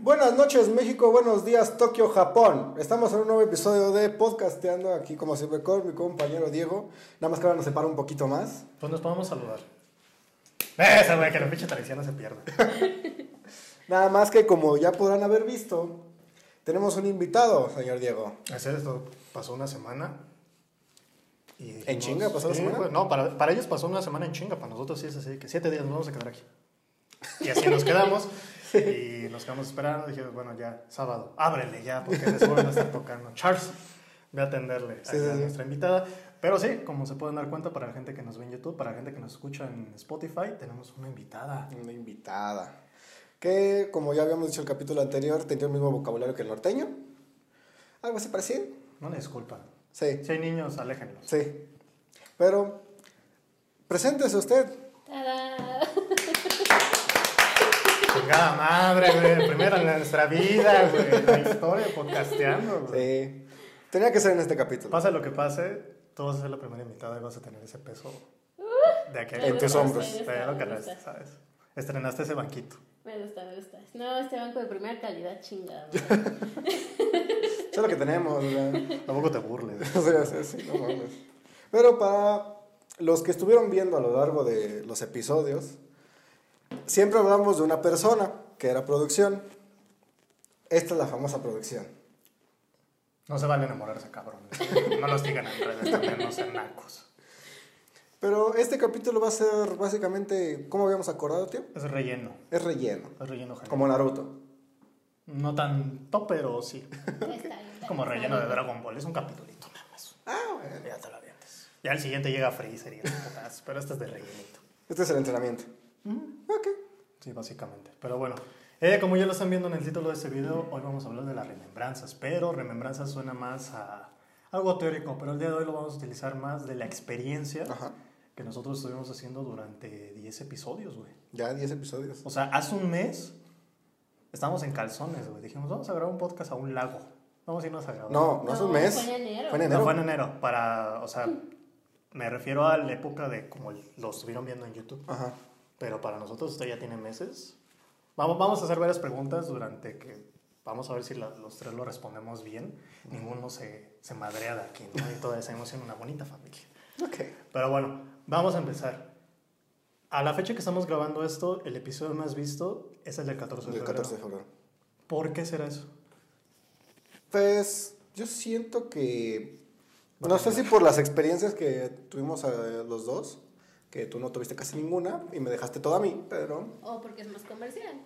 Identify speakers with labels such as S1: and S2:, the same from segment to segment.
S1: Buenas noches México, buenos días Tokio, Japón. Estamos en un nuevo episodio de Podcasteando aquí como siempre con mi compañero Diego. Nada más que ahora nos separa un poquito más.
S2: Pues nos podemos saludar. Esa, güey, que la pinche tradición no se pierda.
S1: Nada más que como ya podrán haber visto, tenemos un invitado, señor Diego.
S2: Hacer esto pasó una semana. y dijimos,
S1: ¿En chinga pasó la
S2: sí,
S1: semana?
S2: güey, No, para, para ellos pasó una semana en chinga, para nosotros sí es así, que siete días nos vamos a quedar aquí. Y así nos quedamos y nos quedamos esperando. Dijimos, bueno, ya, sábado, ábrele ya, porque de seguro no está tocando. Charles, ve a atenderle
S1: Sí,
S2: aquí
S1: sí,
S2: a
S1: sí.
S2: nuestra invitada. Pero sí, como se pueden dar cuenta, para la gente que nos ve en YouTube, para la gente que nos escucha en Spotify, tenemos una invitada.
S1: Una invitada. Que como ya habíamos dicho en el capítulo anterior, tenía el mismo vocabulario que el norteño. Algo así parecido.
S2: No le disculpan.
S1: Sí,
S2: Si hay niños, aléjenlos.
S1: sí. Pero, preséntese usted.
S3: Tadá.
S2: Chingada madre, güey. Primero en nuestra vida, güey. La historia, podcasteando, güey.
S1: Sí. Tenía que ser en este capítulo.
S2: Pase lo que pase, tú vas a ser la primera invitada y vas a tener ese peso de aquí a
S3: En
S2: que
S1: tus
S2: lo
S1: hombros.
S2: restes, De lo que restes, ¿sabes? Estrenaste ese banquito.
S3: Me gusta, me gusta. No, este banco de primera calidad chingada. madre.
S1: Eso es lo que tenemos. ¿verdad?
S2: Tampoco te burles.
S1: O sea, sí, sí, no mames. Pero para los que estuvieron viendo a lo largo de los episodios, siempre hablamos de una persona que era producción. Esta es la famosa producción.
S2: No se vale enamorarse, cabrones. No los digan en redes también, no sean nacos.
S1: Pero este capítulo va a ser básicamente, ¿cómo habíamos acordado, tío?
S2: Es relleno.
S1: Es relleno,
S2: Es relleno general.
S1: como Naruto.
S2: No tanto, pero sí.
S3: Está bien.
S2: Como relleno de Dragon Ball. Es un capitulito nada más.
S1: Ah, bueno.
S2: Ya te lo avientes. Ya el siguiente llega Freezer y esas putas, pero este es de rellenito.
S1: Este es el entrenamiento.
S3: Mm.
S1: Ok.
S2: Sí, básicamente. Pero bueno, eh, como ya lo están viendo en el título de este video, hoy vamos a hablar de las remembranzas, pero remembranzas suena más a algo teórico, pero el día de hoy lo vamos a utilizar más de la experiencia
S1: Ajá.
S2: que nosotros estuvimos haciendo durante 10 episodios, güey.
S1: Ya 10 episodios.
S2: O sea, hace un mes estábamos en calzones, güey. Dijimos, vamos a grabar un podcast a un lago. Vamos a irnos a grabar.
S1: No, no es un
S3: No,
S1: mes.
S3: fue en enero.
S1: Fue en
S2: No
S1: enero.
S2: fue en enero, para, o sea, me refiero a la época de como lo estuvieron viendo en YouTube.
S1: Ajá.
S2: Pero para nosotros esto ya tiene meses. Vamos, vamos a hacer varias preguntas durante que vamos a ver si la- los tres lo respondemos bien. Ninguno se, se madrea de aquí, ¿no? Y todos hacemos en una bonita familia.
S1: Ok.
S2: Pero bueno, vamos a empezar. A la fecha que estamos grabando esto, el episodio más visto es el del 14 de
S1: El
S2: febrero.
S1: 14 de febrero.
S2: ¿Por qué será eso?
S1: Pues yo siento que. No sé si por las experiencias que tuvimos eh, los dos, que tú no tuviste casi ninguna y me dejaste toda a mí, pero.
S3: O Oh, porque es más comercial.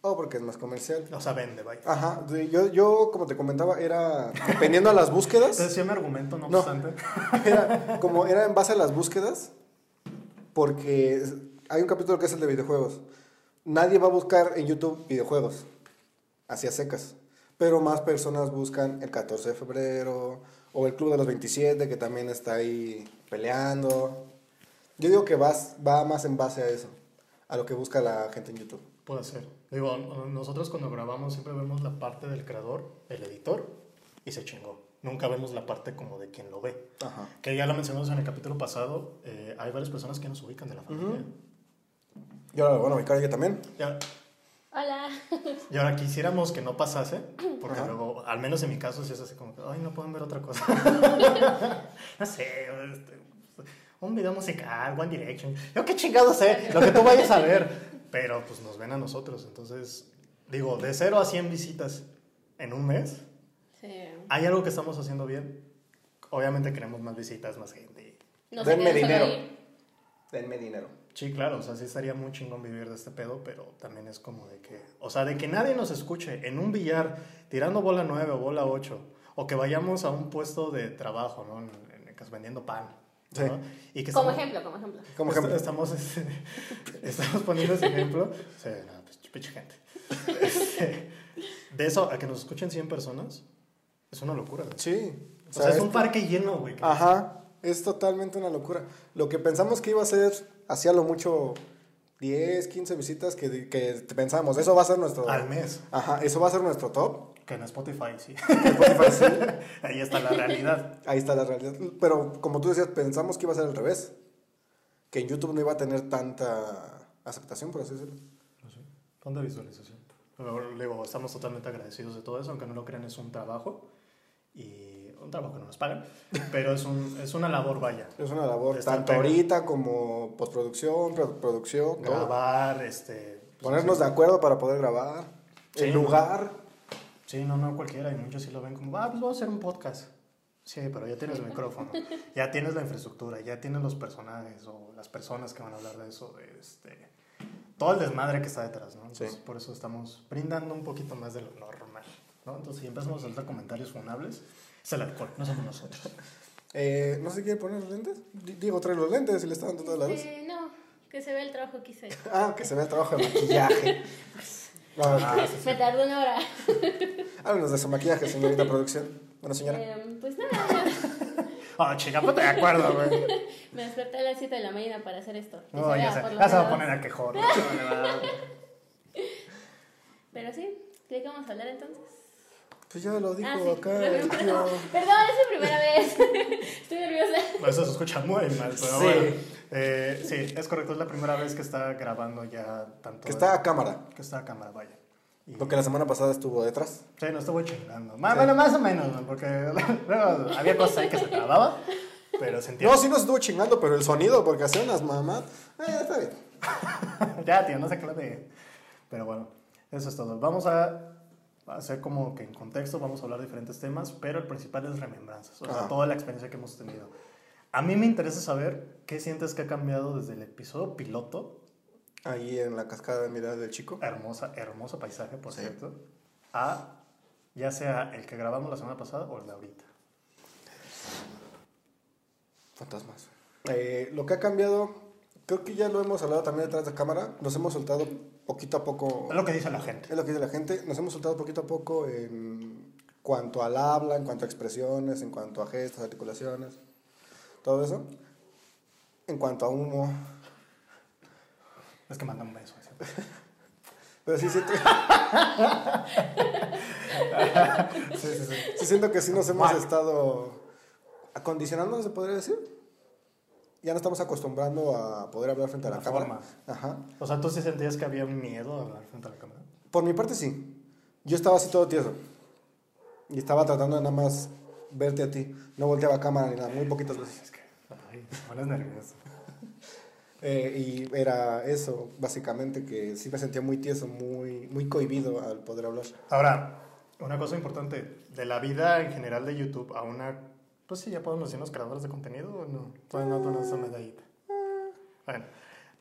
S1: O porque es más comercial.
S2: O sea, vende, vaya.
S1: Ajá, de- yo, yo como te comentaba, era dependiendo a las
S2: Entonces,
S1: búsquedas,
S2: sí, mi argumento, no,
S1: No.
S2: obstante.
S1: era, como era en base a las búsquedas, porque es- hay un capítulo que es el de videojuegos. Nadie va a buscar en YouTube videojuegos, hacia secas, pero más personas buscan el 14 de febrero o el Club de los 27 que también está ahí peleando. Yo digo que vas, va más en base a eso, a lo que busca la gente en YouTube.
S2: Puede ser. Digo, nosotros cuando grabamos siempre vemos la parte del creador, el editor, y se chingó. Nunca vemos la parte como de quien lo ve.
S1: Ajá.
S2: Que ya lo mencionamos en el capítulo pasado, eh, hay varias personas que nos ubican de la familia.
S1: Yo, bueno, mi cara yo también.
S2: Ya-
S3: Hola.
S2: y ahora quisiéramos que no pasase, porque
S1: Ajá.
S2: luego, al menos en mi caso, si es así como, que, ay, no pueden ver otra cosa. no sé, este, un video musical, One Direction, yo qué chingado sé, lo que tú vayas a ver. Pero pues nos ven a nosotros, entonces, digo, de 0 a 100 visitas en un mes,
S3: Sí.
S2: hay algo que estamos haciendo bien. Obviamente queremos más visitas, más gente.
S3: No
S1: Denme
S3: qué
S1: dinero.
S3: soy.
S1: Denme dinero.
S2: Sí, claro, o sea, sí estaría muy chingón vivir de este pedo, pero también es como de que, o sea, de que nadie nos escuche en un billar tirando bola 9 o bola 8, o que vayamos a un puesto de trabajo, ¿no? En, en el caso, vendiendo pan. ¿no?
S1: Sí.
S2: Y que
S3: Como
S2: estamos-
S3: ejemplo, como ejemplo.
S1: Como ejemplo.
S2: Estamos, este, estamos poniendo ese ejemplo. O sea, no, pues, pinche gente. Este, de eso, a que nos escuchen 100 personas, es una locura. güey.
S1: Sí.
S2: O sea, es un
S1: esto-
S2: parque lleno, güey.
S1: Ah,
S2: que-
S1: Ajá, es totalmente una locura. Lo que pensamos que iba a ser, hacía lo mucho 10, 15 visitas que, que pensamos, eso va a ser nuestro...
S2: Al mes,
S1: Ajá, eso va a ser nuestro top.
S2: que en Spotify, sí.
S1: Spotify, sí,
S2: Ahí está la realidad.
S1: Ahí está la realidad. Pero como tú decías, pensamos que iba a ser al revés. Que en YouTube no iba a tener tanta aceptación, por así decirlo.
S2: No sé. ¿Cuánta visualización? Lo- Luego, estamos totalmente agradecidos de todo eso, aunque no lo crean, es un trabajo. Y un trabajo que no nos pagan, pero es, un, es una labor, vaya.
S1: Es una labor
S2: Está
S1: tanto
S2: pegado.
S1: ahorita como postproducción, pro- producción, todo.
S2: Grabar, este... pues,
S1: Ponernos de acuerdo para poder grabar.
S2: Sí,
S1: el
S2: ¿no?
S1: lugar.
S2: Sí, no, no cualquiera, y muchos sí lo ven como, ah, pues vamos a hacer un podcast. Sí, pero ya tienes el micrófono, ya tienes la infraestructura, ya tienes los personajes o las personas que van a hablar de eso, de este, todo el desmadre que está detrás, ¿no? Entonces,
S1: Sí.
S2: por eso estamos brindando un poquito más de lo normal, ¿no? Entonces, si empezamos a soltar comentarios funables, es el alcohol, no somos nosotros.
S1: Eh, no sé quién poner los lentes. Di- Digo, trae los lentes y le está dando todas las veces.
S3: Este, no, que se vea el trabajo que hice.
S1: Ah, que se vea el trabajo de maquillaje. Ah,
S3: Me tardó una hora.
S1: Háblanos de su maquillaje, señorita producción. Bueno, señora.
S3: Em, pues nada,
S2: Ah, chica, ponte de acuerdo, güey.
S3: me desperté a las 7 de la mañana para hacer esto. Que
S2: No,
S3: se
S2: ya
S3: vea, por
S2: se,
S3: lo
S2: ya se va a
S3: menos.
S2: poner a quejón.
S3: Pero sí, ¿de qué vamos a hablar entonces?
S1: Pues ya lo dijo
S3: Ah, sí.
S1: acá el tío.
S3: Perdón, es mi primera vez. Estoy nerviosa.
S2: Bueno, Eso se escucha muy mal, pero
S1: Sí.
S2: bueno. Eh, sí, es correcto, es la primera vez que está grabando ya tanto.
S1: Que está a cámara.
S2: Que está a cámara, vaya. Y-
S1: Porque la semana pasada estuvo detrás.
S2: Sí, no estuvo chingando. Más, Bueno, más o menos, ¿no? porque luego había cosas ahí que se trababa, pero se
S1: No,
S2: entiende.
S1: sí nos estuvo chingando, pero el sonido, porque hacía unas mamás. Eh, está bien.
S2: ya, tío, no se clave. Pero bueno, eso es todo. Vamos a hacer como que en contexto, vamos a hablar de diferentes temas, pero el principal es remembranzas, o sea,
S1: Ajá.
S2: toda la experiencia que hemos tenido. A mí me interesa saber qué sientes que ha cambiado desde el episodio piloto
S1: Ahí en la cascada de mirada del chico.
S2: Hermosa, hermoso paisaje, por
S1: Sí.
S2: cierto. A, ya sea el que grabamos la semana pasada o el de ahorita.
S1: Fantasmas. Eh, lo que ha cambiado, creo que ya lo hemos hablado también detrás de cámara. Nos hemos soltado poquito a poco.
S2: Es lo que dice la gente.
S1: Es lo que dice la gente. Nos hemos soltado poquito a poco en cuanto al habla, en cuanto a expresiones, en cuanto a gestos, articulaciones, todo eso. En cuanto a humo.
S2: Es que manda un beso. ¿sí?
S1: Pero sí siento,
S2: Sí, sí, sí.
S1: sí siento que sí nos hemos
S2: Guau.
S1: estado acondicionando, se podría decir. Ya nos estamos acostumbrando a poder hablar frente a la,
S2: La
S1: cámara.
S2: forma.
S1: Ajá.
S2: O sea, ¿tú sí sentías que había miedo de hablar frente a la cámara?
S1: Por mi parte sí. Yo estaba así todo tieso. Y estaba tratando de nada más verte a ti. No volteaba a cámara ni nada, muy poquitas veces.
S2: Es que, ay, te pones nervioso.
S1: Eh, y era eso, básicamente, que sí me sentía muy tieso, muy, muy cohibido al poder hablar.
S2: Ahora, una cosa importante, de la vida en general de YouTube a una... Pues sí, ya podemos decirnos creadores de contenido o no. Todavía no tenemos esa medallita. Bueno,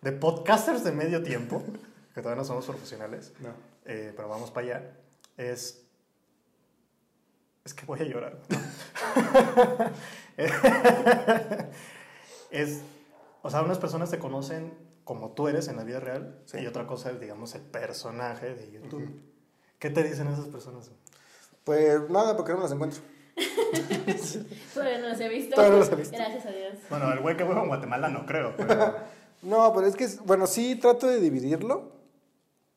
S2: de podcasters de medio tiempo, que todavía no somos profesionales,
S1: No.
S2: eh, pero vamos para allá, es... Es que voy a llorar. es... O sea, unas personas te conocen como tú eres en la vida real
S1: Sí.
S2: y otra cosa es, digamos, el personaje de YouTube. ¿Qué te dicen esas personas?
S1: Pues nada, porque no me las encuentro.
S3: Todavía no los he visto.
S1: Todavía no los he visto.
S3: Gracias a Dios.
S2: Bueno, el güey que juega en Guatemala no creo, pero...
S1: No, pero es que, es- bueno, sí trato de dividirlo.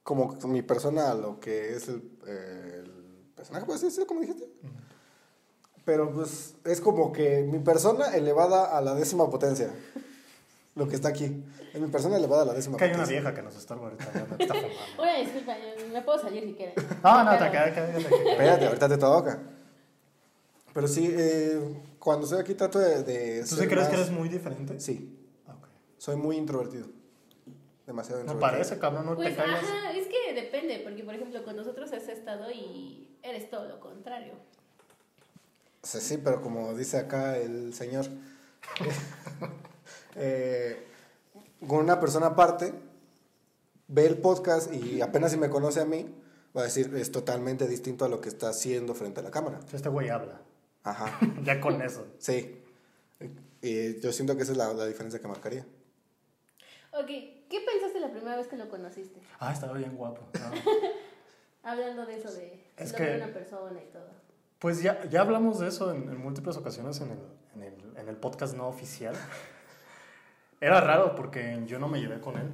S1: Como mi persona, a lo que es el, eh, el personaje, pues es como dijiste. Pero pues es como que mi persona elevada a la décima potencia. Lo que está aquí. Es mi persona elevada a la décima
S2: Es que hay una
S1: potencia.
S2: vieja que nos estorba ahorita, ya no te está fumando.
S3: Una disculpa, yo- me puedo salir si quieren.
S2: Ah, No, no,
S3: Pero-
S2: te quedas,
S1: Espérate, ahorita te toca. Pero sí, eh, cuando estoy aquí trato de. de
S2: ¿Tú sí
S1: ser
S2: crees
S1: más-
S2: que eres muy diferente?
S1: Sí,
S2: Ah, ok.
S1: soy muy introvertido. Demasiado
S2: No
S1: introvertido.
S2: parece, cabrón, no te
S3: Pues
S2: callas.
S3: ajá, es que depende, porque por ejemplo con nosotros has estado y eres todo lo contrario.
S1: O sea, sí, pero como dice acá el señor, eh, con una persona aparte, ve el podcast y apenas si me conoce a mí, va a decir, es totalmente distinto a lo que está haciendo frente a la cámara.
S2: Este güey habla.
S1: Ajá,
S2: Ya con eso.
S1: sí. Y yo siento que esa es la, la diferencia que marcaría.
S3: Ok, ¿qué pensaste la primera vez que lo conociste?
S2: Ah, estaba bien guapo. Ah.
S3: Hablando de eso de
S2: Es
S3: lo
S2: que-
S3: que una persona y todo.
S2: Pues ya, ya hablamos de eso en, en múltiples ocasiones en el, en, el, en el podcast no oficial. Era raro porque yo no me llevé con él.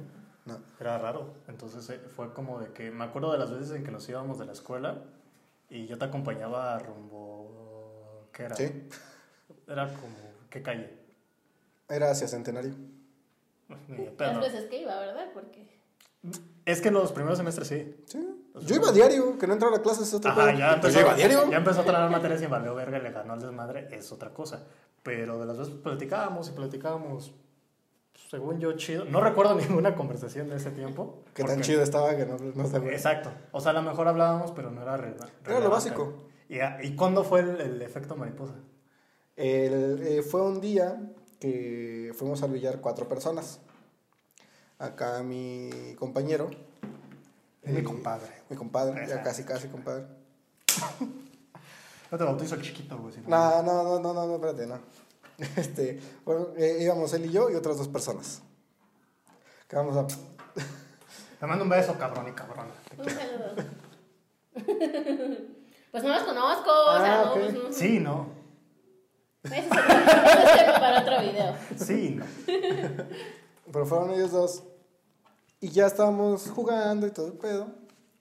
S1: No.
S2: Era raro. Entonces eh, fue como de que me acuerdo de las veces en que nos íbamos de la escuela y yo te acompañaba rumbo... ¿Qué era?
S1: Sí,
S2: Era como... ¿Qué calle?
S1: era hacia Centenario.
S2: Ni de pedo.
S3: Las veces que iba, ¿verdad? Porque
S2: Es que los primeros semestres sí.
S1: Sí,
S2: O sea,
S1: Yo iba a diario, que no entraba a clases es otra
S2: Ajá,
S1: cosa.
S2: ya
S1: Pues
S2: empezó,
S1: yo iba a diario.
S2: ya empezó a traer materias y valió verga, le ganó el desmadre, es otra cosa. Pero de las veces platicábamos y platicábamos, según yo, chido. No recuerdo ninguna conversación de ese tiempo.
S1: Que tan
S2: porque-
S1: chido estaba que no, no se acuerda.
S2: Exacto. O sea, a lo mejor hablábamos, pero no era re-
S1: Era lo
S2: relevante.
S1: básico.
S2: ¿Y, a- y cuándo fue el, el efecto mariposa?
S1: El, eh, fue un día que fuimos al billar cuatro personas. Acá mi compañero.
S2: Mi
S1: eh,
S2: compadre.
S1: Mi compadre, ya
S2: Exacto.
S1: casi, casi compadre.
S2: No te bautizo chiquito, güey. si no-
S1: No, no, no, no, no, no, espérate, no. Este, bueno, eh, íbamos él y yo y otras dos personas. Que vamos a...
S2: Te mando un beso, cabrón y cabrona.
S3: Un saludo. pues no los conozco, o sea,
S1: Ah,
S3: no,
S1: ok.
S3: pues no.
S2: Sí, no.
S3: Ese es ese es para otro video.
S2: Sí, no.
S1: Pero fueron ellos dos. Y ya estábamos jugando y todo el pedo.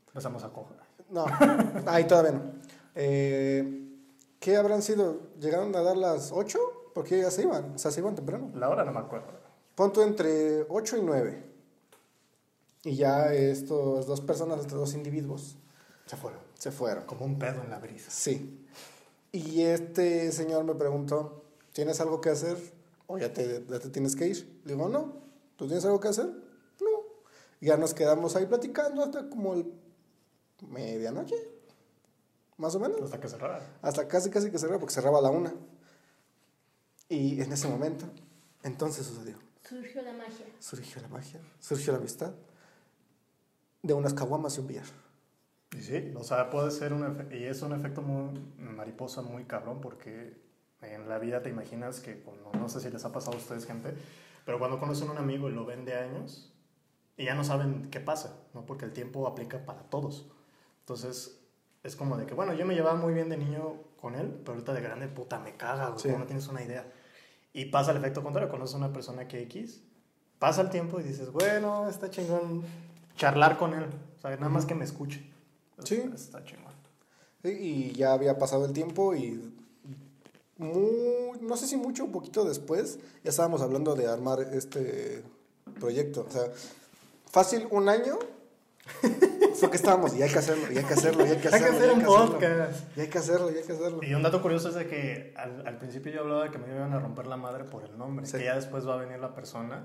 S2: Empezamos a coger.
S1: No, ahí todavía no. Eh, ¿Qué habrán sido? ¿Llegaron a dar las 8? Porque ya se iban, o sea, se iban temprano.
S2: La hora no me acuerdo.
S1: Punto entre 8 y 9. Y ya estas dos personas, estos dos individuos,
S2: Se fueron.
S1: se fueron.
S2: Como un pedo en la brisa.
S1: Sí. Y este señor me preguntó, ¿tienes algo que hacer? ¿O ya te, ya te tienes que ir? Le digo, no. ¿Tú tienes algo que hacer? No. Y ya nos quedamos ahí platicando hasta como el medianoche, más o menos.
S2: Hasta que cerrara.
S1: Hasta casi, casi que cerraba, porque cerraba a la una. Y en ese momento, entonces sucedió.
S3: Surgió la magia.
S1: Surgió la magia, surgió la amistad de unas caguamas y un billar.
S2: Y sí, o sea, puede ser un efe- y es un efecto muy mariposa muy cabrón porque en la vida te imaginas que cuando- no sé si les ha pasado a ustedes gente, pero cuando conocen a un amigo y lo ven de años y ya no saben qué pasa, ¿no? Porque el tiempo aplica para todos. Entonces, es como de que, bueno, yo me llevaba muy bien de niño con él, pero ahorita de grande, puta, me caga, güey,
S1: Sí.
S2: ¿cómo no tienes una idea. Y pasa el efecto contrario, conoces a una persona que X, pasa el tiempo y dices, bueno, está chingón charlar con él, o sea, nada más que me escuche.
S1: Sí.
S2: Está chingón.
S1: Sí, Y ya había pasado el tiempo y muy- no sé si mucho o poquito después ya estábamos hablando de armar este proyecto. O sea, fácil un año fue que estábamos y hay que hacerlo, y hay que hacerlo, y hay que
S2: Hay que
S1: hacerlo. y
S2: hacer un
S1: hacerlo,
S2: podcast.
S1: Y hay que hacerlo, y hay que hacerlo.
S2: Y un dato curioso es de que al, al principio yo hablaba de que me iban a romper la madre por el nombre,
S1: Sí.
S2: que ya después va a venir la persona.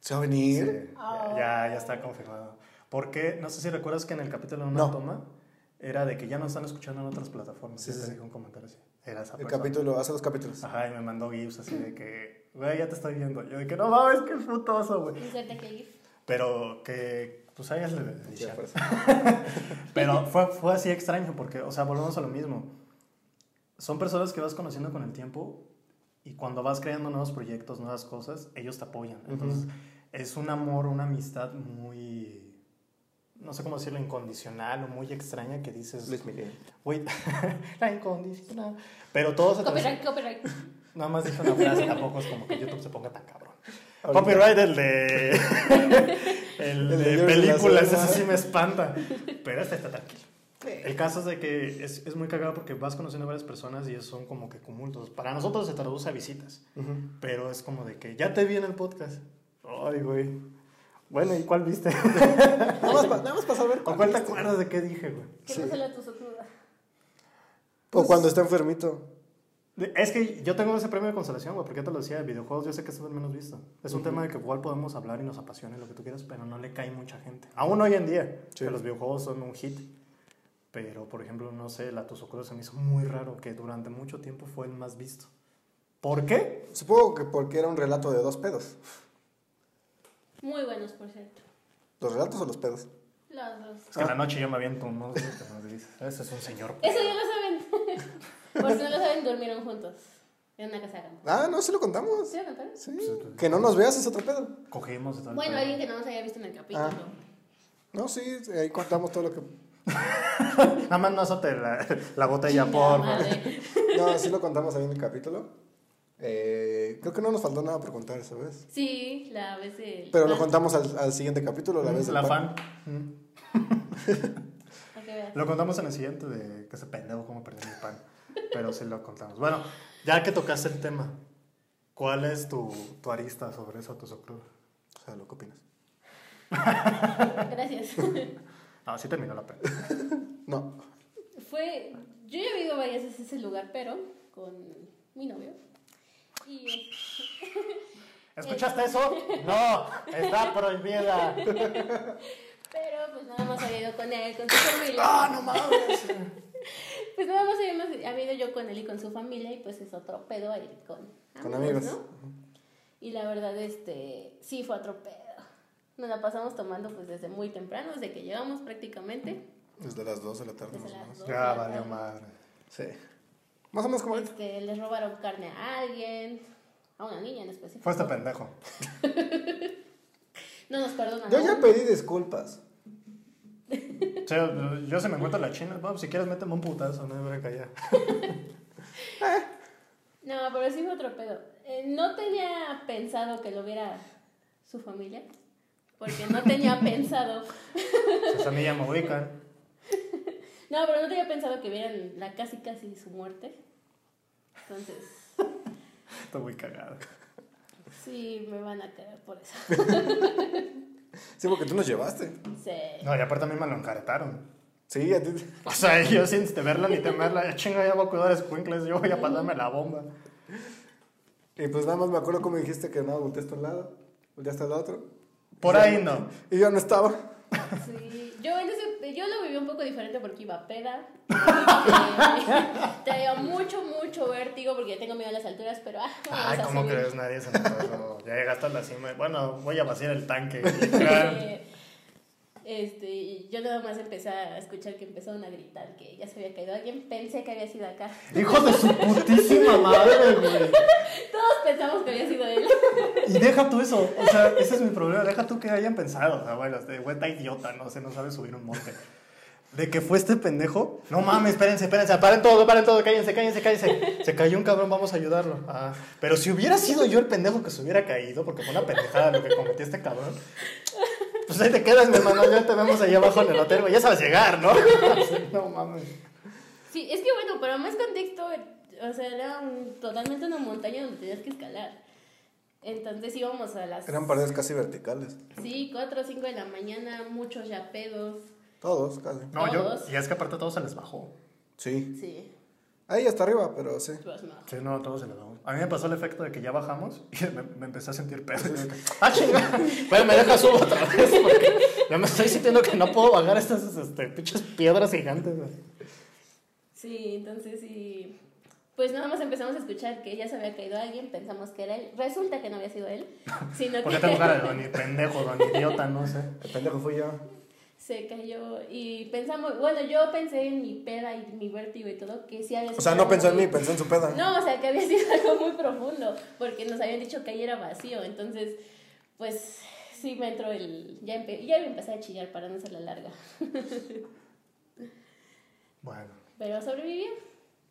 S1: ¿Se va a venir?
S2: Sí, ya, ya, ya está confirmado. Porque no sé si recuerdas que en el capítulo de una
S1: No.
S2: toma era de que ya nos están escuchando en otras plataformas.
S1: Sí,
S2: Sí,
S1: sí, sí.
S2: dijo un comentario así. Era esa
S1: El
S2: persona.
S1: capítulo, hace dos capítulos.
S2: Ajá, y me mandó GIFs así de que, güey, ya te estoy viendo. Yo de que, no mames, qué frutoso, güey.
S3: Un suerte que gif.
S2: Pero que, pues ahí es la
S1: Ya, pues.
S2: Pero fue, fue así extraño porque, o sea, volvemos a lo mismo. Son personas que vas conociendo con el tiempo y cuando vas creando nuevos proyectos, nuevas cosas, ellos te apoyan. Entonces, es un amor, una amistad muy, no sé cómo decirlo, incondicional o muy extraña que dices,
S1: Luis Miguel.
S2: güey, la incondicional. Pero todos se
S3: Copyright, copyright.
S2: Nada más dije una frase, tampoco es como que YouTube se ponga tan cabrón.
S1: Ahorita.
S2: Copyright el de. el
S1: El de
S2: de
S1: George
S2: películas,
S1: Lazenby.
S2: eso sí me espanta. Pero este está tranquilo. El caso es de que es, es muy cagado porque vas conociendo a varias personas y ellos son como que cumultos. Para nosotros se traduce a visitas,
S1: Ujú.
S2: pero es como de que ya te vi en el podcast. Ay, güey. Bueno, ¿y cuál viste?
S1: Nada más, pa- nada más para saber.
S2: ¿O cuál te acuerdas de qué dije, güey?
S3: ¿Qué
S1: Sí.
S3: pasa la tu sotuda?
S1: O cuando está enfermito.
S2: De- Es que yo tengo ese premio de consolación, güey, porque ya te lo decía, videojuegos yo sé que es el menos visto. Es un tema de que igual podemos hablar y nos apasiona y lo que tú quieras, pero no le cae mucha gente. Aún hoy en día,
S1: Sí.
S2: que los videojuegos son un hit. Pero, por ejemplo, no sé, la Tuzocudo se me hizo muy raro que durante mucho tiempo fue el más visto. ¿Por qué?
S1: Supongo que porque era un relato de dos pedos.
S3: Muy buenos, por cierto.
S1: ¿Los relatos o los pedos?
S3: Los dos.
S2: Es que
S1: Ah.
S2: en la noche yo me aviento unos gritos, ¿no? Dices, Ese es un señor.
S3: Eso ya lo saben. por si no lo saben, durmieron juntos. En una casa de campo.
S1: Ah, no, sí lo contamos.
S3: ¿Sí lo contaron?
S1: Sí. pues.
S2: Sí.
S1: Que no nos veas es otro pedo.
S2: Cogimos y todo el
S3: Bueno,
S2: pedo.
S3: alguien que no nos haya visto en el capítulo.
S1: Ah. No, sí, ahí contamos todo lo que...
S2: Nada más no azote la, la botella,
S3: Chinga
S2: por
S3: madre.
S1: No, sí lo contamos ahí en el capítulo. Eh, creo que no nos faltó nada por contar esa vez.
S3: Sí, la vez del.
S1: Pero lo
S3: Ah,
S1: contamos al, al siguiente capítulo, la vez del
S2: La
S1: pan.
S2: fan. Mm.
S3: para que veas.
S2: Lo contamos en el siguiente de que ese pendejo como perdió mi pan. Pero sí lo contamos. Bueno, ya que tocaste el tema, ¿cuál es tu, tu arista sobre eso, tu club?
S1: O sea, lo que opinas.
S3: ah, Gracias.
S2: No, sí terminó la pena.
S1: No.
S3: Fue. Yo ya he ido varias veces a ese lugar, pero con mi novio. Y eh,
S2: ¿Escuchaste eso? No, está prohibida.
S3: Pero pues nada más había ido con él, con su familia.
S2: ¡Ah, no mames!
S3: Pues nada más habíamos, había ido yo con él y con su familia y pues es otro pedo a ir con amigos,
S1: Con amigos.
S3: ¿no? Y la verdad, este, sí fue otro pedo. Nos la pasamos tomando pues desde muy temprano, desde que llegamos prácticamente.
S1: Desde las 2 de la tarde
S3: Desde
S1: más o
S3: las
S1: menos.
S3: dos de
S2: Ya
S3: la
S2: valió
S3: tarde.
S2: madre.
S1: Sí. Más o menos como ahorita.
S3: Este, les robaron carne a alguien, a una niña en específico.
S2: Fue este pendejo.
S3: No nos perdonan.
S1: Yo
S3: aún.
S1: ya pedí disculpas.
S2: O sea, yo se me encuentro la china. Vamos, si quieres, méteme un putazo, no me voy a callar.
S3: No, pero sí fue otro pedo. Eh, no tenía pensado que lo viera su familia, porque no tenía pensado.
S2: Esa mí ya me ubican.
S3: No, pero no tenía pensado que vieran la casi casi su muerte. Entonces,
S2: Estoy muy cagado.
S3: sí me van a caer por eso.
S1: Sí, porque tú nos llevaste.
S3: Sí.
S2: No, y aparte a mí me lo encaretaron.
S1: Sí, a ti.
S2: O sea, yo sin temerla ni temerla, ya chinga, ya voy a cuidar escuincles, yo voy a pasarme la bomba.
S1: Y pues nada más me acuerdo cómo dijiste que no, volteaste a un lado, volteaste al otro.
S2: Por
S1: Y
S2: ahí
S1: yo-
S2: no.
S1: Y yo no estaba.
S3: sí. Yo, en ese- yo lo viví un poco diferente porque iba peda. Eh, Traía mucho, mucho vértigo porque ya tengo miedo a las alturas, pero... Ah, vamos
S2: Ay,
S3: a
S2: ¿cómo
S3: subir.
S2: crees? Nadie se me pasó. Ya llegaste a la cima. y, Bueno, voy a vaciar el tanque. literal.
S3: Eh, Este, y yo nada más empecé a escuchar que empezaron a gritar que ya se había caído alguien. Pensé que había sido acá.
S2: Hijo de su putísima madre, güey.
S3: Todos pensamos que había sido él.
S2: Y deja tú eso. O sea, ese es mi problema. Deja tú que hayan pensado. O sea, bueno, este güey está idiota, no sé, no sabe subir un monte. De que fue este pendejo. No mames, espérense, espérense. Paren todo, paren todo. Cállense, cállense, cállense. Se cayó un cabrón, vamos a ayudarlo. Ah, pero si hubiera sido yo el pendejo que se hubiera caído, porque fue una pendejada lo que cometió este cabrón. Pues ahí te quedas, mi hermano. Ya te vemos allá abajo en el hotel, güey. Ya sabes llegar, ¿no? No mames.
S3: Sí, es que bueno, para más contexto, o sea, era un- totalmente una montaña donde tenías que escalar. Entonces íbamos a las
S1: Eran paredes casi verticales.
S3: sí, 4 o 5 de la mañana, muchos ya pedos.
S1: Todos, casi.
S2: No, yo.
S3: Todos.
S2: Y es que aparte a todos se les bajó.
S1: Sí.
S3: Sí,
S1: Ahí hasta arriba, pero sí.
S3: pues no.
S2: Sí, no, todos se les bajó. A mí me pasó el efecto de que ya bajamos y me, me empecé a sentir pedo. Y yo de que, ¡Ah, chinga! Bueno, me deja subo otra vez porque ya me estoy sintiendo que no puedo bajar estas este, pinches piedras gigantes. güey.
S3: Sí, entonces sí. Pues nada más empezamos a escuchar que ya se había caído alguien, pensamos que era él. Resulta que no había sido él, sino
S2: ¿Por qué tengo
S3: que
S2: cara de don i- pendejo, don idiota? No sé.
S1: El pendejo fui yo.
S3: se cayó. Y pensamos, bueno, yo pensé en mi peda y mi vértigo y todo, que sí había sido.
S1: O sea, no
S3: algo
S1: pensó en
S3: muy-
S1: mí, pensó en su peda.
S3: No, o sea, que había sido algo muy profundo, porque nos habían dicho que ahí era vacío, entonces, pues sí me entró el... Ya, empe- ya me empecé a chillar para no ser la larga,
S2: Bueno.
S3: pero sobreviví.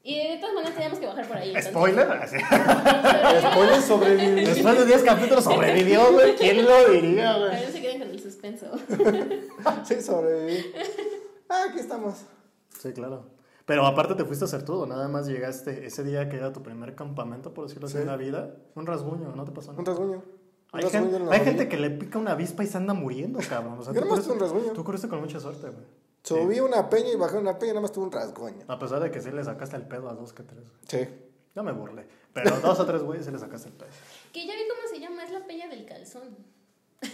S3: Y de todas maneras teníamos que bajar por ahí. entonces-
S2: ¿Spoiler? Así.
S1: Después de sobrevivir.
S2: Después de 10 capítulos sobrevivió, güey. ¿Quién lo diría,
S3: Pero
S2: güey?
S3: no se queden con el suspenso.
S1: Sí, sobreviví. Ah, aquí estamos.
S2: Sí, claro. Pero aparte te fuiste a hacer todo, nada más llegaste ese día que era tu primer campamento, por decirlo así,
S1: Sí.
S2: en la vida. Un rasguño, no te pasó nada.
S1: Un rasguño. Un
S2: Hay,
S1: rasguño
S2: gente,
S1: en la
S2: hay
S1: rodilla.
S2: gente que le pica una avispa y se anda muriendo, cabrón. O sea,
S1: Yo
S2: tú,
S1: nomás
S2: corriste,
S1: tuve un rasguño.
S2: tú corriste con mucha suerte, güey.
S1: Subí una peña y bajé una peña, nada más tuve un rasguño.
S2: A pesar de que sí le sacaste el pedo a dos que tres. güey.
S1: Sí.
S2: Yo me burlé. Pero dos o tres güeyes sí le sacaste el pedo.
S3: Que ya vi cómo se llama, es la peña del calzón.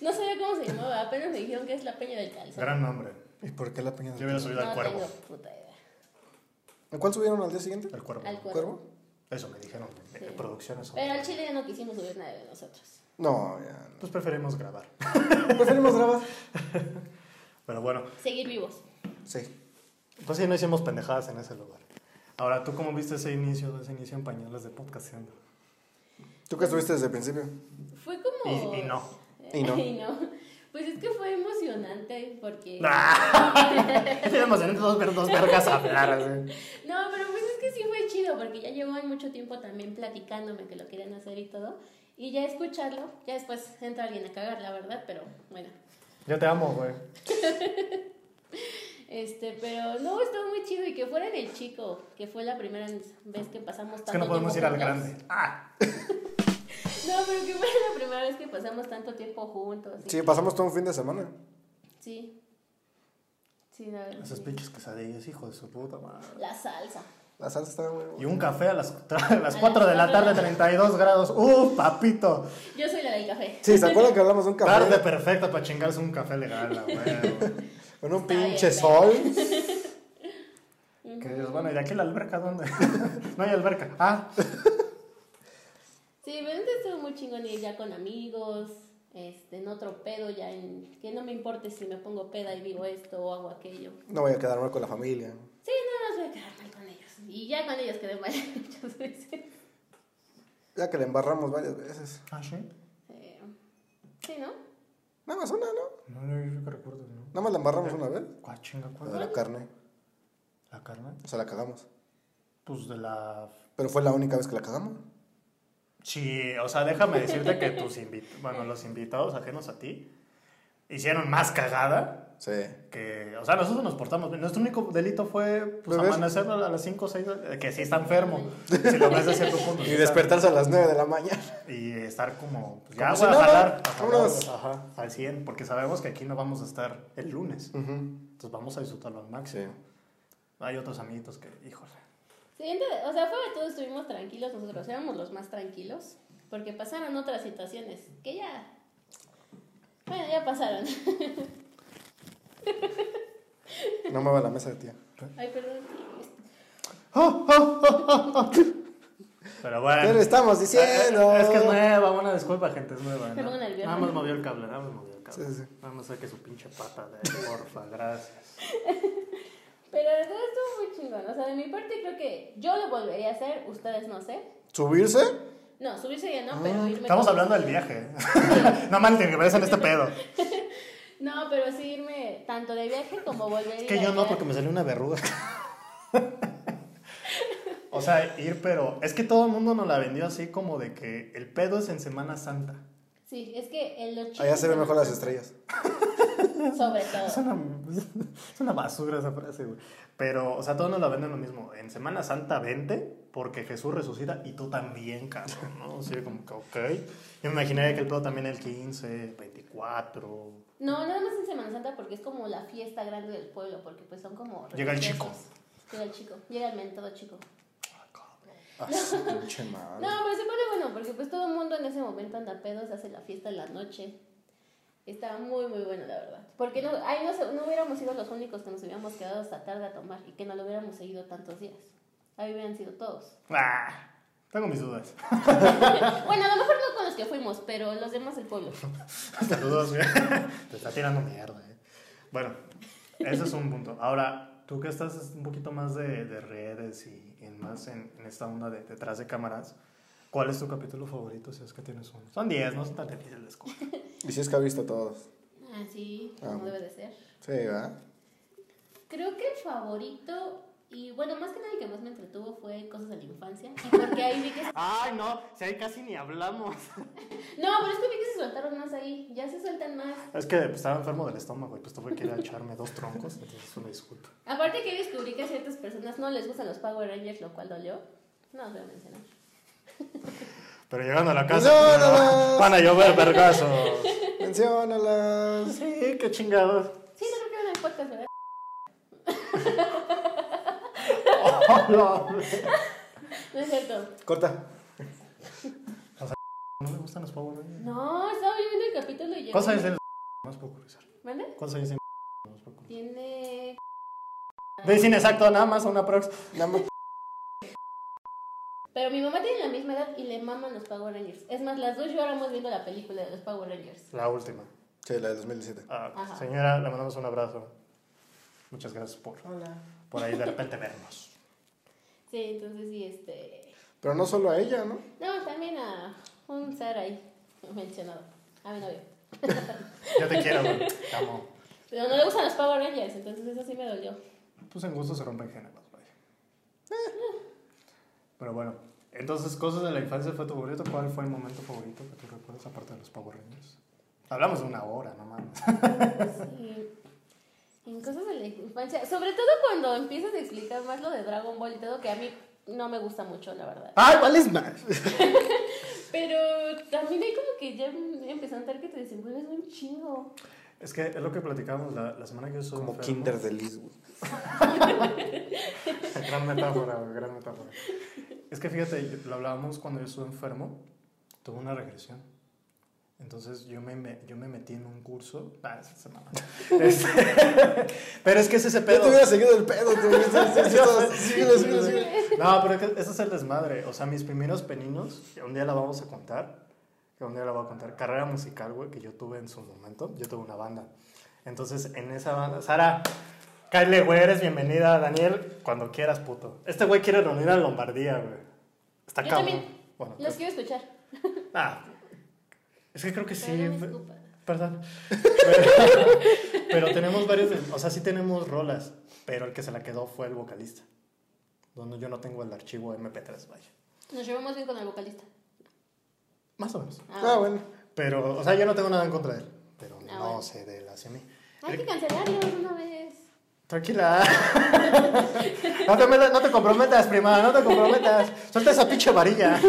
S3: No sabía cómo se llamaba, apenas me dijeron que es la peña del calzón.
S2: Gran nombre.
S1: ¿Y por qué la peña?
S2: Yo hubiera
S1: del-
S2: subido al
S3: no
S2: cuervo.
S3: tengo puta idea.
S1: ¿En cuál subieron al día siguiente?
S2: Al cuervo.
S3: Al cuervo.
S1: ¿Cuervo?
S2: Eso me dijeron. güey, de
S3: Sí.
S2: Producciones. son-
S3: Pero al chile ya no quisimos subir nada de nosotros.
S1: No, ya.
S2: Pues preferimos grabar.
S1: no. ¿Preferimos grabar?
S2: Pero bueno,
S3: Seguir vivos.
S1: Sí.
S2: pues sí, no hicimos pendejadas en ese lugar. Ahora, ¿tú cómo viste ese inicio, ese inicio en pañales de podcasting?
S1: ¿Tú qué estuviste desde el principio?
S3: Fue como... Eh,
S2: Y- y no.
S1: Y no.
S3: Y no. Pues es que fue emocionante porque...
S2: Tenemos en dos, ver- dos vergas a hablar, así.
S3: No, pero pues es que sí fue chido porque ya llevaban mucho tiempo también platicándome que lo querían hacer y todo. Y ya escucharlo, ya después entra alguien a cagar, la verdad, pero bueno.
S2: Yo te amo, güey.
S3: Este, pero no, estuvo muy chido y que fuera en el chico, que fue la primera vez que pasamos tanto tiempo
S2: Es que no podemos ir al
S3: juntos.
S2: grande. ¡Ah!
S3: No, pero que fuera la primera vez que pasamos tanto tiempo juntos. y
S1: Sí, pasamos todo un fin de semana.
S3: Sí. Sí, la verdad.
S2: Esas
S3: sí.
S2: pinches quesadillas, hijo de su puta madre.
S3: La salsa.
S1: La salsa estaba muy
S2: Y
S1: buena.
S2: un café a las, tra- a las 4 de la tarde, 32 grados. ¡Uh, papito!
S3: Yo soy la del café.
S1: Sí, ¿se acuerdan que hablamos de un café?
S2: Tarde perfecta para chingarse un café legal, a huevo.
S1: Con un
S3: Está bien, ¿eh?
S1: pinche
S3: pero-
S1: sol.
S2: Que dices, bueno, ¿y de aquí la alberca dónde? no hay alberca. Ah,
S3: Sí, realmente estuvo muy chingón ir ya con amigos, este, en otro pedo, ya en que no me importe si me pongo peda y digo esto o hago aquello.
S1: No voy a quedar mal con la familia.
S3: Sí, nada más voy a quedar mal con ellos. Y ya con ellos quedé mal muchas veces.
S1: Ya que le embarramos varias veces.
S2: ah sí.
S3: Eh, sí, ¿no?
S1: Nada más una, ¿no?
S2: No, yo, yo que recuerdo, ¿no?
S1: Nada más la embarramos una vez.
S2: ¿Cuál chinga?
S1: La de
S2: ¿Cuál?
S1: la carne.
S2: ¿La carne?
S1: O sea, la cagamos.
S2: Pues de la...
S1: Pero fue la única vez que la cagamos.
S2: Sí, o sea, déjame decirte que tus invitados, bueno, los invitados ajenos a ti, hicieron más cagada
S1: Sí.
S2: que... O sea, nosotros nos portamos bien. Nuestro único delito fue pues,
S1: ¿Beber?
S2: amanecer a las 5 o 6, que sí está enfermo, si lo ves de cierto punto.
S1: Y
S2: sí está-
S1: despertarse a las 9 de la mañana.
S2: Y estar como, pues
S1: Como
S2: ya,
S1: si
S2: voy a
S1: nada.
S2: jalar, a
S1: Vámonos.
S2: jalar, ajá, al 100, porque sabemos que aquí no vamos a estar el lunes. Entonces vamos a disfrutarlo al máximo. Hay otros amiguitos que, híjole.
S3: Siguiente, o sea, fuera de todo estuvimos tranquilos, nosotros éramos los más tranquilos, porque pasaron otras situaciones que ya. Bueno, ya pasaron.
S1: No mueva la mesa de tía.
S3: Ay, perdón.
S2: Pero
S1: ¿Qué
S2: bueno.
S1: le estamos diciendo?
S2: Es que es nueva, una disculpa, gente, es nueva.
S3: Me
S2: ¿no?
S3: pongo nerviosa.
S2: Nada más movió el cable, nada más movió el cable.
S1: Sí, sí.
S2: Nada más saque su pinche pata de ahí, porfa, gracias.
S3: Pero la verdad estuvo muy chingón. O sea, de mi parte creo que yo lo volvería a hacer, ustedes no sé.
S1: ¿Subirse?
S3: No, subirse ya no, pero irme.
S2: Ah, Estamos
S3: con-
S2: hablando del viaje. no mal te en este pedo.
S3: No, pero sí irme tanto de viaje como volver.
S2: Es que yo no, porque me salió una verruga. o sea, ir, pero. Es que todo el mundo nos la vendió así como de que el pedo es en Semana Santa.
S3: Sí, es que en los chicos.
S1: Allá se ven mejor las estrellas.
S3: Sobre
S2: Es
S3: todo.
S2: una, es una basura esa frase, güey. Pero, o sea, todos nos la venden lo mismo. En Semana Santa vente, porque Jesús resucita y tú también, cabrón, ¿no? Así como que, ok. Yo me imaginaría que el pedo también el 15, 24.
S3: No, nada más en Semana Santa porque es como la fiesta grande del pueblo, porque pues son como.
S2: Llega el chico.
S3: religiosos. Llega el chico, llega el mentado chico.
S2: Ah, cabrón.
S1: Ah, su pinche
S2: Ah,
S1: madre.
S3: No, pero se pone bueno porque pues todo el mundo en ese momento anda pedos, hace la fiesta en la noche. Estaba muy, muy bueno, la verdad. Porque no, ahí no, se- no hubiéramos sido los únicos que nos hubiéramos quedado hasta tarde a tomar y que no lo hubiéramos seguido tantos días. Ahí hubieran sido todos.
S2: Ah, tengo mis dudas.
S3: Bueno, a lo mejor no con los que fuimos, pero los demás del pueblo.
S2: Saludos, güey. Te está tirando mierda, eh. Bueno, ese es un punto. Ahora, tú que estás un poquito más de, de redes y, en más en, en esta onda de detrás de cámaras, ¿cuál es tu capítulo favorito si es que tienes uno? Son 10, no son tan difíciles de escoger.
S1: Y si es que ha visto todos.
S3: Así,
S1: Ah.
S3: como debe de ser.
S1: Sí, ¿verdad?
S3: Creo que el favorito, y bueno, más que nada el que más me entretuvo fue Cosas de la Infancia. Y porque ahí vi que... se-
S2: Ay, no, si ahí casi ni hablamos.
S3: No, pero es que vi que se soltaron más ahí. Ya se sueltan más.
S2: Es que pues, estaba enfermo del estómago y pues tuve que ir a echarme dos troncos, entonces una disculpa.
S3: Aparte que descubrí que a ciertas personas no les gustan los Power Rangers, lo cual dolió. No os voy a mencionar.
S2: Pero llegando a la casa,
S1: No, no, no.
S2: van a llover vergazos.
S1: Menciónalas.
S2: Sí, qué chingados.
S3: Sí, no creo que era en el podcast, ¿verdad?
S2: Oh, no.
S3: No es cierto.
S1: Corta.
S2: No me gustan los Power Rangers.
S3: No, estaba viendo el capítulo y llegó...
S2: ¿Cuántos años tiene? Más por curiosidad.
S3: ¿Mande?
S2: ¿Cuántos años tiene? Más por curiosidad.
S3: Tiene...
S2: Ve sin exacto, nada más una prox.
S1: Nada más.
S3: Pero mi mamá tiene la misma edad y le maman los Power Rangers. Es más, las dos lloramos viendo la película de los Power Rangers.
S2: La última.
S1: Sí, la de 2017.
S2: Ah,
S3: Ajá.
S2: señora, le mandamos un abrazo. Muchas gracias por, por ahí de repente vernos.
S3: Sí, entonces sí, este...
S1: Pero no solo a ella, ¿no?
S3: No, también a un ser ahí mencionado. A mi novio.
S2: Yo te quiero, güey. Te amo.
S3: Pero no le gustan los Power Rangers, entonces eso sí me dolió.
S2: Pues en gusto se rompen géneros, vaya. Pero bueno, entonces, cosas de la infancia fue tu favorito. ¿Cuál fue el momento favorito que tú recuerdas aparte de los Power Rangers? Hablamos de una hora, no mames.
S3: Sí. En cosas de la infancia. Sobre todo cuando empiezas a explicar más lo de Dragon Ball y todo, que a mí no me gusta mucho, la verdad.
S2: ¡Ay, ¿cuál es más?
S3: Pero también hay como que ya empezaron a notar que te desenvuelves un chingo.
S2: Es que es lo que platicamos la, la semana que yo estuve
S1: Como
S2: enfermo.
S1: Kinder de Liz, güey.
S2: gran metáfora, güey, gran metáfora. Es que fíjate, lo hablábamos cuando yo estuve enfermo, tuve una regresión. Entonces yo me, me- yo me metí en un curso. Ah, esa semana. Este, pero es que es ese
S1: Yo
S2: pedo.
S1: te hubiera seguido el pedo, te hubiera- Síguele, síguele, síguele.
S2: No, pero es que ese es el desmadre. O sea, mis primeros peninos, que un día la vamos a contar, que un día la voy a contar, carrera musical, güey, que yo tuve en su momento, yo tuve una banda. Entonces, en esa banda, Sara, Kyle, güey, eres bienvenida, Daniel, cuando quieras, puto. Este güey quiere reunir a Lombardía, güey. Está
S3: Yo
S2: cabrón.
S3: también.
S2: Bueno,
S3: Los
S2: pues,
S3: quiero escuchar.
S2: ah, es que creo que sí.
S3: Pero no me
S2: fue-
S3: escupas.
S2: Perdón. Pero, pero tenemos varios. de- O sea, sí tenemos rolas, pero el que se la quedó fue el vocalista. Donde yo no tengo el archivo MP3, vaya.
S3: Nos llevamos bien con el vocalista.
S2: Más o menos.
S1: Ah, bueno.
S2: Pero, o sea, yo no tengo nada en contra de él. Pero
S3: Ah,
S2: no
S3: bueno.
S2: sé de él hacia mí.
S3: Hay que cancelarlos una vez.
S2: Tranquila. No te, mela- no te comprometas, prima, no te comprometas. Suelta esa pinche varilla.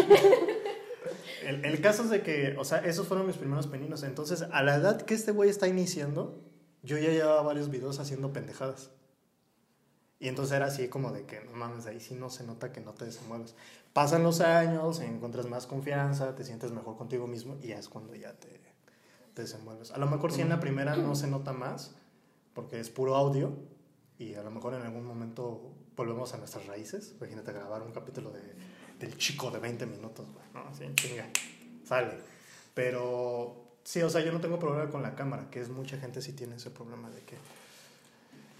S2: El, el caso es de que, o sea, esos fueron mis primeros peninos. Entonces, a la edad que este güey está iniciando, yo ya llevaba varios videos haciendo pendejadas. Y entonces era así como de que, no mames, ahí sí no se nota que no te desenvuelves. Pasan los años, encuentras más confianza, te sientes mejor contigo mismo y ya es cuando ya te, te desenvuelves. A lo mejor si en la primera no se nota más, porque es puro audio, y a lo mejor en algún momento volvemos a nuestras raíces. Imagínate grabar un capítulo de, del chico de 20 minutos, güey, ¿no? Así, chinga, sale. Pero sí, o sea, yo no tengo problema con la cámara, que es mucha gente sí tiene ese problema de que...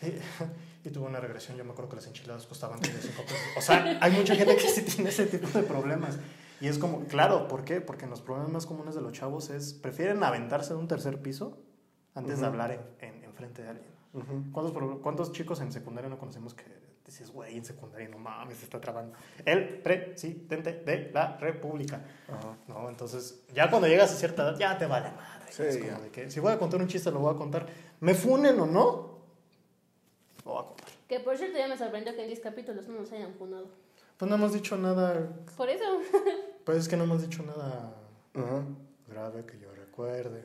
S2: eh, Y, y tuve una regresión, yo me acuerdo que las enchiladas costaban 35 pesos. O sea, hay mucha gente que sí tiene ese tipo de problemas. Y es como, claro, ¿por qué? Porque los problemas más comunes de los chavos es, prefieren aventarse de un tercer piso antes de
S1: Ujú.
S2: hablar en, en- en frente de alguien.
S1: Ujú.
S2: ¿Cuántos, pro- cuántos chicos en secundaria no conocemos que dices, güey, en secundaria no mames, se está trabando? El presidente de la República.
S1: Ajá.
S2: No, entonces, ya cuando llegas a cierta edad, ya te vale madre.
S1: Sí,
S2: Es como
S1: ya.
S2: de que, si voy a contar un chiste, lo voy a contar. ¿Me funen o no? Lo voy a contar.
S3: Que por cierto ya me sorprendió que en 10 capítulos no nos hayan funado.
S2: Pues no hemos dicho nada,
S3: Por eso.
S2: pues es que no hemos dicho nada
S1: Ajá.
S2: grave que yo recuerde.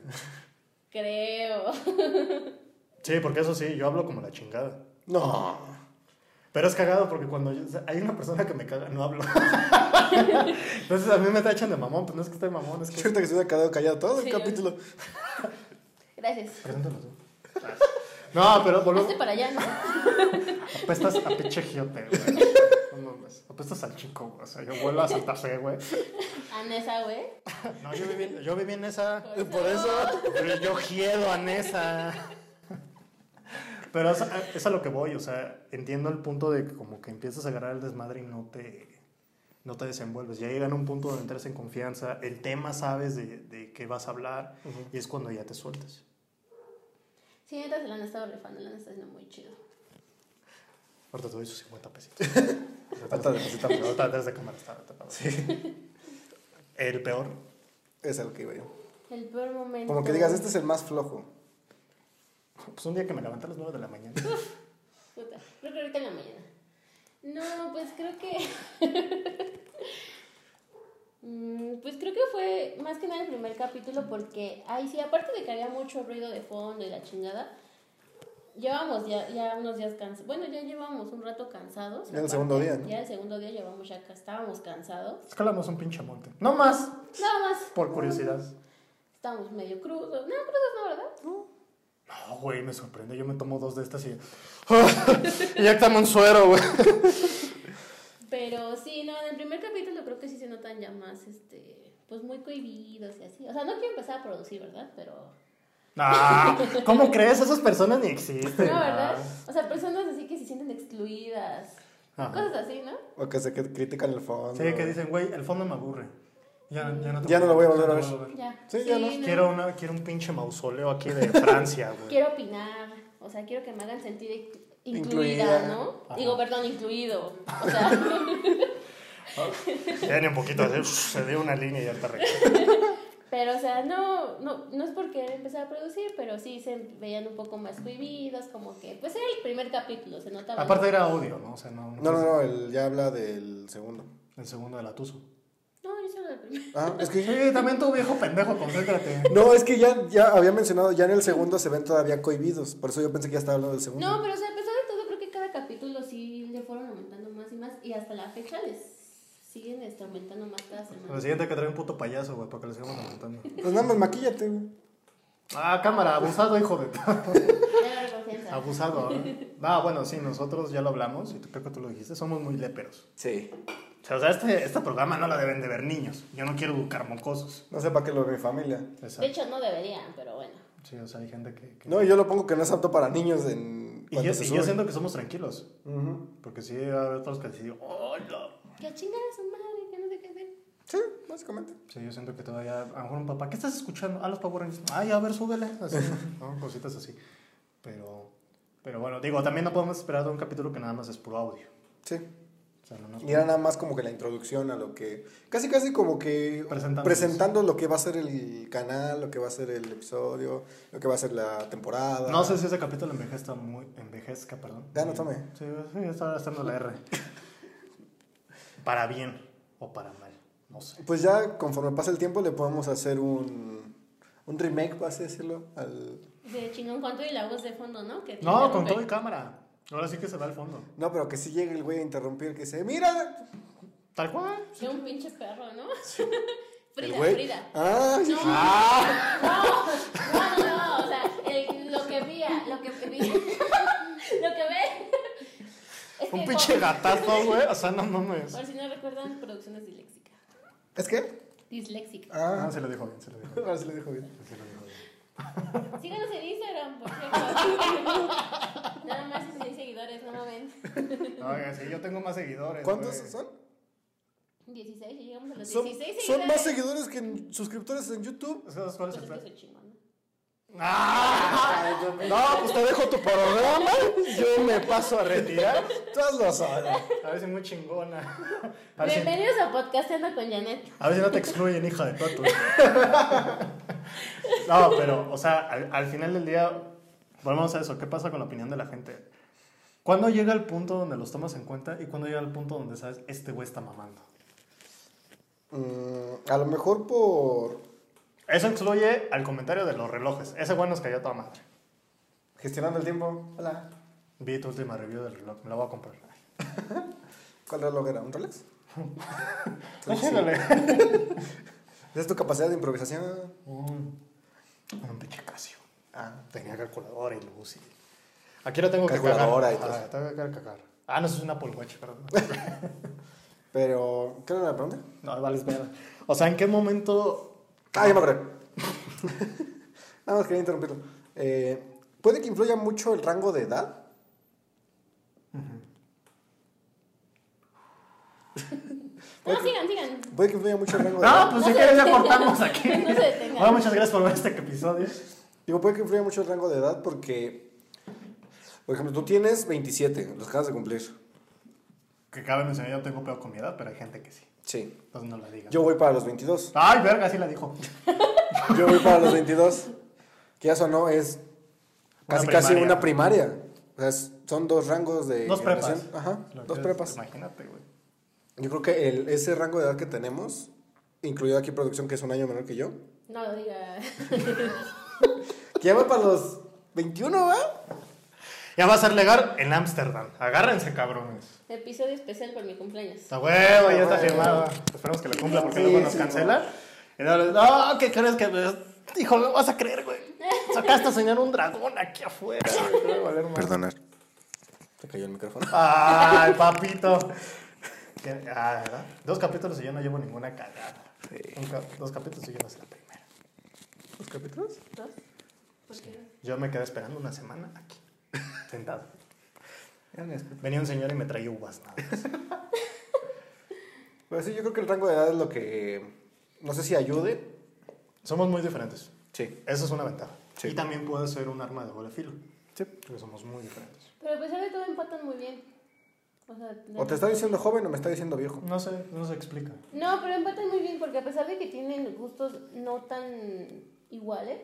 S3: Creo.
S2: Sí, porque eso sí, yo hablo como la chingada.
S1: No.
S2: Pero es cagado porque cuando yo- o sea, hay una persona que me caga, no hablo. Entonces a mí me tachan de mamón, pues no es que esté mamón, es que...
S1: Siento que se hubiera quedado callado todo el
S3: Sí,
S1: capítulo.
S3: Gracias.
S2: Preséntalo tú. No, pero
S3: Hazte
S2: volvemos.
S3: para allá, ¿no?
S2: Apestas a pinche giote, güey. No mames. Apestas al chico, güey. O sea, yo vuelo a Santa Fe, güey.
S3: A Nesa, güey.
S2: No, yo viví, yo viví en esa.
S1: Por eso.
S2: Pero yo giedo a Nesa. Pero es, es a lo que voy, o sea, entiendo el punto de que como que empiezas a agarrar el desmadre y no te, no te desenvuelves. Ya llegan a un punto donde entras en confianza, el tema sabes de, de qué vas a hablar y es cuando ya te sueltas.
S3: Sí, neta se la han estado rifando, la han estado haciendo muy chido.
S2: Ahorita te doy sus 50 pesitos.
S1: Ahorita depositamos.
S2: Ahorita detrás de cámara está, ahorita para- El peor.
S1: Es el que iba yo.
S3: El peor momento.
S1: Como que digas, este es el más flojo.
S2: Pues un día que me levanté a las 9 de la mañana.
S3: Puta, creo que ahorita en la mañana. No, pues creo que. Mm, pues creo que fue más que nada el primer capítulo porque, ay, sí, aparte de que había mucho ruido de fondo y la chingada, llevábamos ya, ya unos días cansados. Bueno, ya llevábamos un rato cansados.
S1: Ya el
S3: aparte,
S1: segundo día, ¿no?
S3: Ya el segundo día llevamos ya, ca- estábamos cansados.
S2: Escalamos un pinche monte. No más,
S3: Nada más.
S2: por curiosidad.
S3: Estábamos medio crudos. No, crudos no, ¿verdad?
S2: No, güey, me sorprende. Yo me tomo dos de estas y. y ya estamos en suero, güey.
S3: Pero sí, no, en el primer capítulo creo que sí se notan ya más, este, pues muy cohibidos y así. O sea, no quiero empezar a producir, ¿verdad? Pero...
S1: Ah.
S2: Nah, ¿Cómo crees? Esas personas ni existen.
S3: No, ¿verdad?
S2: nah.
S3: O sea, personas así que se sienten excluidas.
S2: Ajá.
S3: Cosas así, ¿no?
S1: O que se que- critican el fondo.
S2: Ah. Sí, que dicen, güey, el fondo me aburre. Ya, ya no, te
S1: Ya no lo voy a volver a
S2: no
S1: ver.
S2: lo
S3: Ya.
S1: Sí, ya no.
S2: Quiero, una, quiero un pinche mausoleo aquí de Francia, güey.
S3: Quiero opinar. O sea, quiero que me hagan sentir in- incluida,
S1: Incluida.
S3: ¿no?
S2: Ajá.
S3: Digo, perdón, incluido. O sea,
S2: Ya ni un poquito, así, se dio una línea y ya está recta.
S3: pero o sea, no, no, no es porque empezar a producir, pero sí se veían un poco más cohibidos, como que, pues era el primer capítulo, se notaba.
S2: Aparte era odio, ¿no? O sea, no.
S1: No, no, no, el ya habla del segundo.
S2: El segundo de la Tuso.
S3: No, yo solo del primero.
S1: Ah, es que
S2: Sí, también tú, viejo pendejo, concéntrate.
S1: No, es que ya, ya había mencionado, ya en el segundo se ven todavía cohibidos. Por eso yo pensé que ya estaba hablando del segundo.
S3: No, pero o sea, a pesar de todo, creo que cada capítulo sí le fueron aumentando más y más. Y hasta la fecha les siguen este, aumentando más cada
S2: Lo
S3: semana.
S2: siguiente que trae un puto payaso, güey, para que lo sigamos aumentando.
S1: Pues nada más maquíllate, güey.
S2: Ah, cámara, abusado, hijo de.
S3: Ya la
S2: Ah,
S3: confianza.
S2: Abusado. ¿eh? Ah, bueno, sí, nosotros ya lo hablamos y tú- creo que tú lo dijiste. Somos muy leperos.
S1: Sí.
S2: O sea, o sea, este, este programa no lo deben de ver niños. Yo no quiero educar mocosos.
S1: No sé para qué lo ve mi familia.
S3: De
S2: Exacto.
S3: hecho, no deberían, pero bueno.
S2: Sí, o sea, hay gente que. que-
S1: No, y yo lo pongo que no es apto para niños en
S2: y yo,
S1: cuando se
S2: y yo
S1: suben.
S2: siento que somos tranquilos.
S1: Ujú.
S2: Porque sí, va a haber otros que deciden, ¡Oh, no".
S3: Que a chingar a su madre, que no sé qué hacer.
S1: Sí, básicamente.
S2: Sí, yo siento que todavía, a lo mejor un papá, ¿qué estás escuchando? Ah, los Power Rangers. Ay, a ver, súbele. Así, ¿no? cositas así. Pero, pero bueno, digo, también no podemos esperar de un capítulo que nada más es puro audio.
S1: Sí.
S2: O sea, no nos
S1: Y era nada más como que la introducción a lo que. Casi, casi como que.
S2: Presentándonos.
S1: Presentando lo que va a ser el canal, lo que va a ser el episodio, lo que va a ser la temporada.
S2: No sé si ese capítulo envejezca muy. Envejezca, perdón.
S1: Ya, no tome.
S2: Sí, sí, estaba gastando la R. para bien o para mal. No sé.
S1: Pues ya conforme pasa el tiempo le podemos hacer un. Un remake, por así decirlo, al.
S3: De chingón con todo y la voz de fondo, ¿no? Que te
S2: No, con
S3: interrumpe.
S2: todo y cámara. Ahora sí que se va al fondo.
S1: No, pero que sí llegue el güey a interrumpir que dice, mira,
S2: Tal cual.
S3: Que un pinche perro, ¿no?
S1: el
S3: Frida,
S1: güey.
S3: Frida.
S1: Ah,
S3: No,
S2: ¡Ah!
S3: no, no, no, o sea, el- lo que vía, lo que vi, lo que ve. Es
S2: Un
S3: que
S2: pinche
S3: por-
S2: gatazo, güey. O sea, no mames.
S3: Por si no recuerdan, producciones disléxicas.
S1: ¿Es que?
S3: Disléxica.
S1: Ah,
S2: Ah, Pues, se lo dijo bien, se lo dijo bien.
S1: ahora sí lo dijo bien.
S2: Se lo dijo bien.
S3: Síganos en Instagram, por cierto. Nada más es 100 seguidores, no mamen.
S2: Oiga, sí, yo tengo más seguidores.
S1: ¿Cuántos
S2: güey.
S1: son?
S3: 16, ya llegamos a los
S1: Son,
S3: 16 seguidores.
S1: son más seguidores que en- suscriptores en YouTube.
S2: ¿Esos cuáles
S3: Pues
S2: se
S3: es que
S2: fue?
S3: soy chingón.
S2: ¡Ah!
S1: No, pues te dejo tu programa. Yo me paso a retirar. Todos lo saben.
S2: A ver si muy chingona. A ver si-
S3: Bienvenidos a Podcasteando con Janet.
S2: A ver si no te excluyen, hija de pato. No, pero, o sea, al, al final del día, volvemos a eso. ¿Qué pasa con la opinión de la gente? ¿Cuándo llega el punto donde los tomas en cuenta y cuándo llega el punto donde sabes, este güey está mamando?
S1: Mm, a lo mejor por
S2: Eso excluye al comentario de los relojes. Ese güey nos cayó a toda madre.
S1: gestionando el tiempo. Hola.
S2: Vi tu última review del reloj, me la voy a comprar.
S1: ¿Cuál reloj era? ¿Un Rolex?
S2: Ándale.
S1: Esa es tu capacidad de improvisación.
S2: Un, un pinche Casio.
S1: Mm. Ah.
S2: Tenía calculadora y luz. y- Aquí lo tengo que cagar.
S1: Calculadora y todo.
S2: Ah, tengo que cagar. Ah, no, eso es una Apple Watch, perdón.
S1: Pero, ¿qué era la pregunta?
S2: No, vales verga. O sea, ¿en qué momento?
S1: Ah, ya me acordé. Nada más quería interrumpirlo. Eh, Puede que influya mucho el rango de edad.
S3: No, sigan, sigan.
S1: Puede que influya mucho el rango de edad.
S2: No, pues si quieres ya cortamos aquí.
S3: No se detengan.
S2: Bueno, muchas gracias por ver este episodio.
S1: Digo, puede que influya mucho el rango de edad porque, por ejemplo, tú tienes 27, los acabas de cumplir.
S2: Que cabe mencionar, yo tengo peor con mi edad, pero hay gente que sí.
S1: Sí.
S2: Entonces no la digas.
S1: Yo voy para los 22.
S2: Ay, verga, sí la dijo.
S1: Yo voy para los 22. Que ya sonó, es casi casi
S2: primaria.
S1: una primaria. O sea, es- son dos rangos de.
S2: Dos
S1: generación.
S2: prepas.
S1: Ajá,
S2: Lo
S1: dos
S2: que-
S1: prepas.
S2: Imagínate, güey.
S1: Yo creo que el- ese rango de edad que tenemos, incluido aquí producción, que es un año menor que yo,
S3: No lo diga.
S1: que ya voy para los 21, ¿va?
S2: Ya va a ser legal en Ámsterdam. Agárrense, cabrones.
S3: Episodio especial por mi cumpleaños.
S2: Está huevo, ya
S1: Ah,
S2: está
S1: huevo.
S2: firmado. Esperemos que lo cumpla porque
S1: Sí,
S2: luego nos
S1: sí,
S2: cancela. Y luego, no, ¿qué crees que.? me- Hijo, no vas a creer, güey. Sacaste a soñar un dragón aquí afuera. güey. Te va a valer madre.
S1: Perdonar. Te cayó el micrófono.
S2: Ay, papito. Que- ah, ¿verdad? Dos capítulos y yo no llevo ninguna cagada. Un cap- Dos capítulos y yo no sé la primera.
S1: ¿Los capítulos?
S3: ¿Dos? ¿Por qué?
S2: Yo me quedé esperando una semana aquí, sentado.
S1: Eran escritos.
S2: Venía un señor y me traía uvas. nada más.
S1: Pero Pues sí, yo creo que el rango de edad es lo que. No sé si ayude.
S2: Somos muy diferentes.
S1: Sí.
S2: Eso es una ventaja.
S1: Sí.
S2: Y también puede ser un arma de doble filo.
S1: Sí.
S2: Porque somos muy diferentes.
S3: Pero pues, a pesar de todo empatan muy bien. O sea,
S1: O te está diciendo joven o me está diciendo viejo.
S2: No sé, no se explica.
S3: No, pero empatan muy bien porque a pesar de que tienen gustos no tan iguales,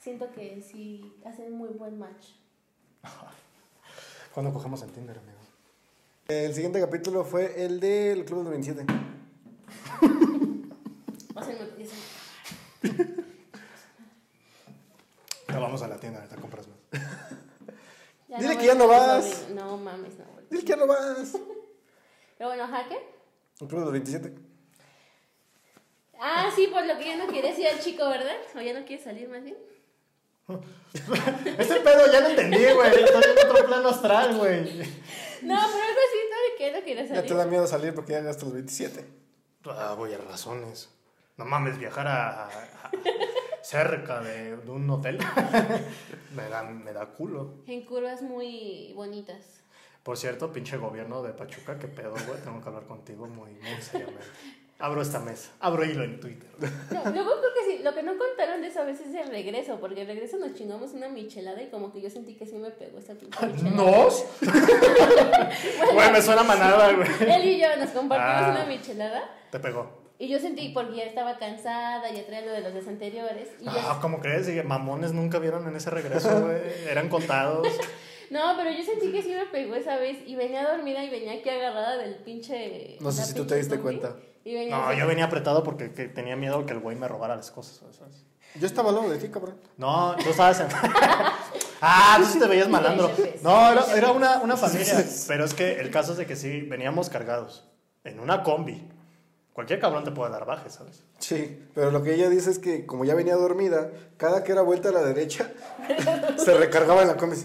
S3: siento que sí hacen muy buen match.
S2: Cuando cogemos en Tinder, amigo.
S1: El siguiente capítulo fue el del Club del 27.
S3: se me dicen,
S2: Te vamos a la tienda, ahorita compras más.
S1: Dile
S3: no
S1: que ya
S3: voy
S1: no
S3: a-
S1: vas.
S3: No mames, no voy.
S1: Dile que ya no vas.
S3: Pero bueno, hacker.
S1: El club de los 27.
S3: Ah, sí, por lo que ya no quieres ir al chico, ¿verdad? O ya no quieres salir más bien.
S2: Este pedo ya lo entendí, güey. Estoy en otro plano astral, güey.
S3: No, pero algo así, ¿no? De que ya no quieres
S1: Ya
S3: salir.
S1: te da miedo salir porque ya hasta los 27.
S2: Ah, voy a razones. No mames, viajar a, a- a- cerca de, de un hotel me, da, me da culo.
S3: En curvas muy bonitas.
S2: Por cierto, pinche gobierno de Pachuca, qué pedo, güey. Tengo que hablar contigo muy, muy seriamente. Abro esta mesa, abro hilo en Twitter.
S3: No, luego creo que sí, lo que no contaron de esa vez es el regreso, porque el regreso nos chingamos una michelada y como que yo sentí que sí me pegó esa pinche michelada.
S2: ¿Nos? Güey, me suena manada, güey.
S3: Él y yo nos compartimos
S2: Ah.
S3: una michelada
S2: Te pegó.
S3: y yo sentí, porque ya estaba cansada, ya traía lo de los días anteriores. Y yo-
S2: Ah, ¿cómo crees? Y Mamones nunca vieron en ese regreso, güey. Eran contados.
S3: No, pero yo sentí que sí me pegó esa vez y venía dormida y venía aquí agarrada del pinche.
S1: No sé
S3: la
S1: si tú
S3: pinche
S1: te diste
S3: combi,
S1: cuenta.
S3: Y venía
S2: No,
S3: así.
S2: yo venía apretado porque que tenía miedo que el güey me robara las cosas. ¿sabes?
S1: Yo estaba al lado de ti, cabrón.
S2: No, tú estabas en... ah, tú sí te veías malandro. No, era, era una, una familia. Pero es que el caso es de que sí, veníamos cargados. En una combi. Cualquier cabrón te puede dar baje, ¿sabes?
S1: Sí, pero lo que ella dice es que como ya venía dormida, cada que era vuelta a la derecha, se recargaba en la combi.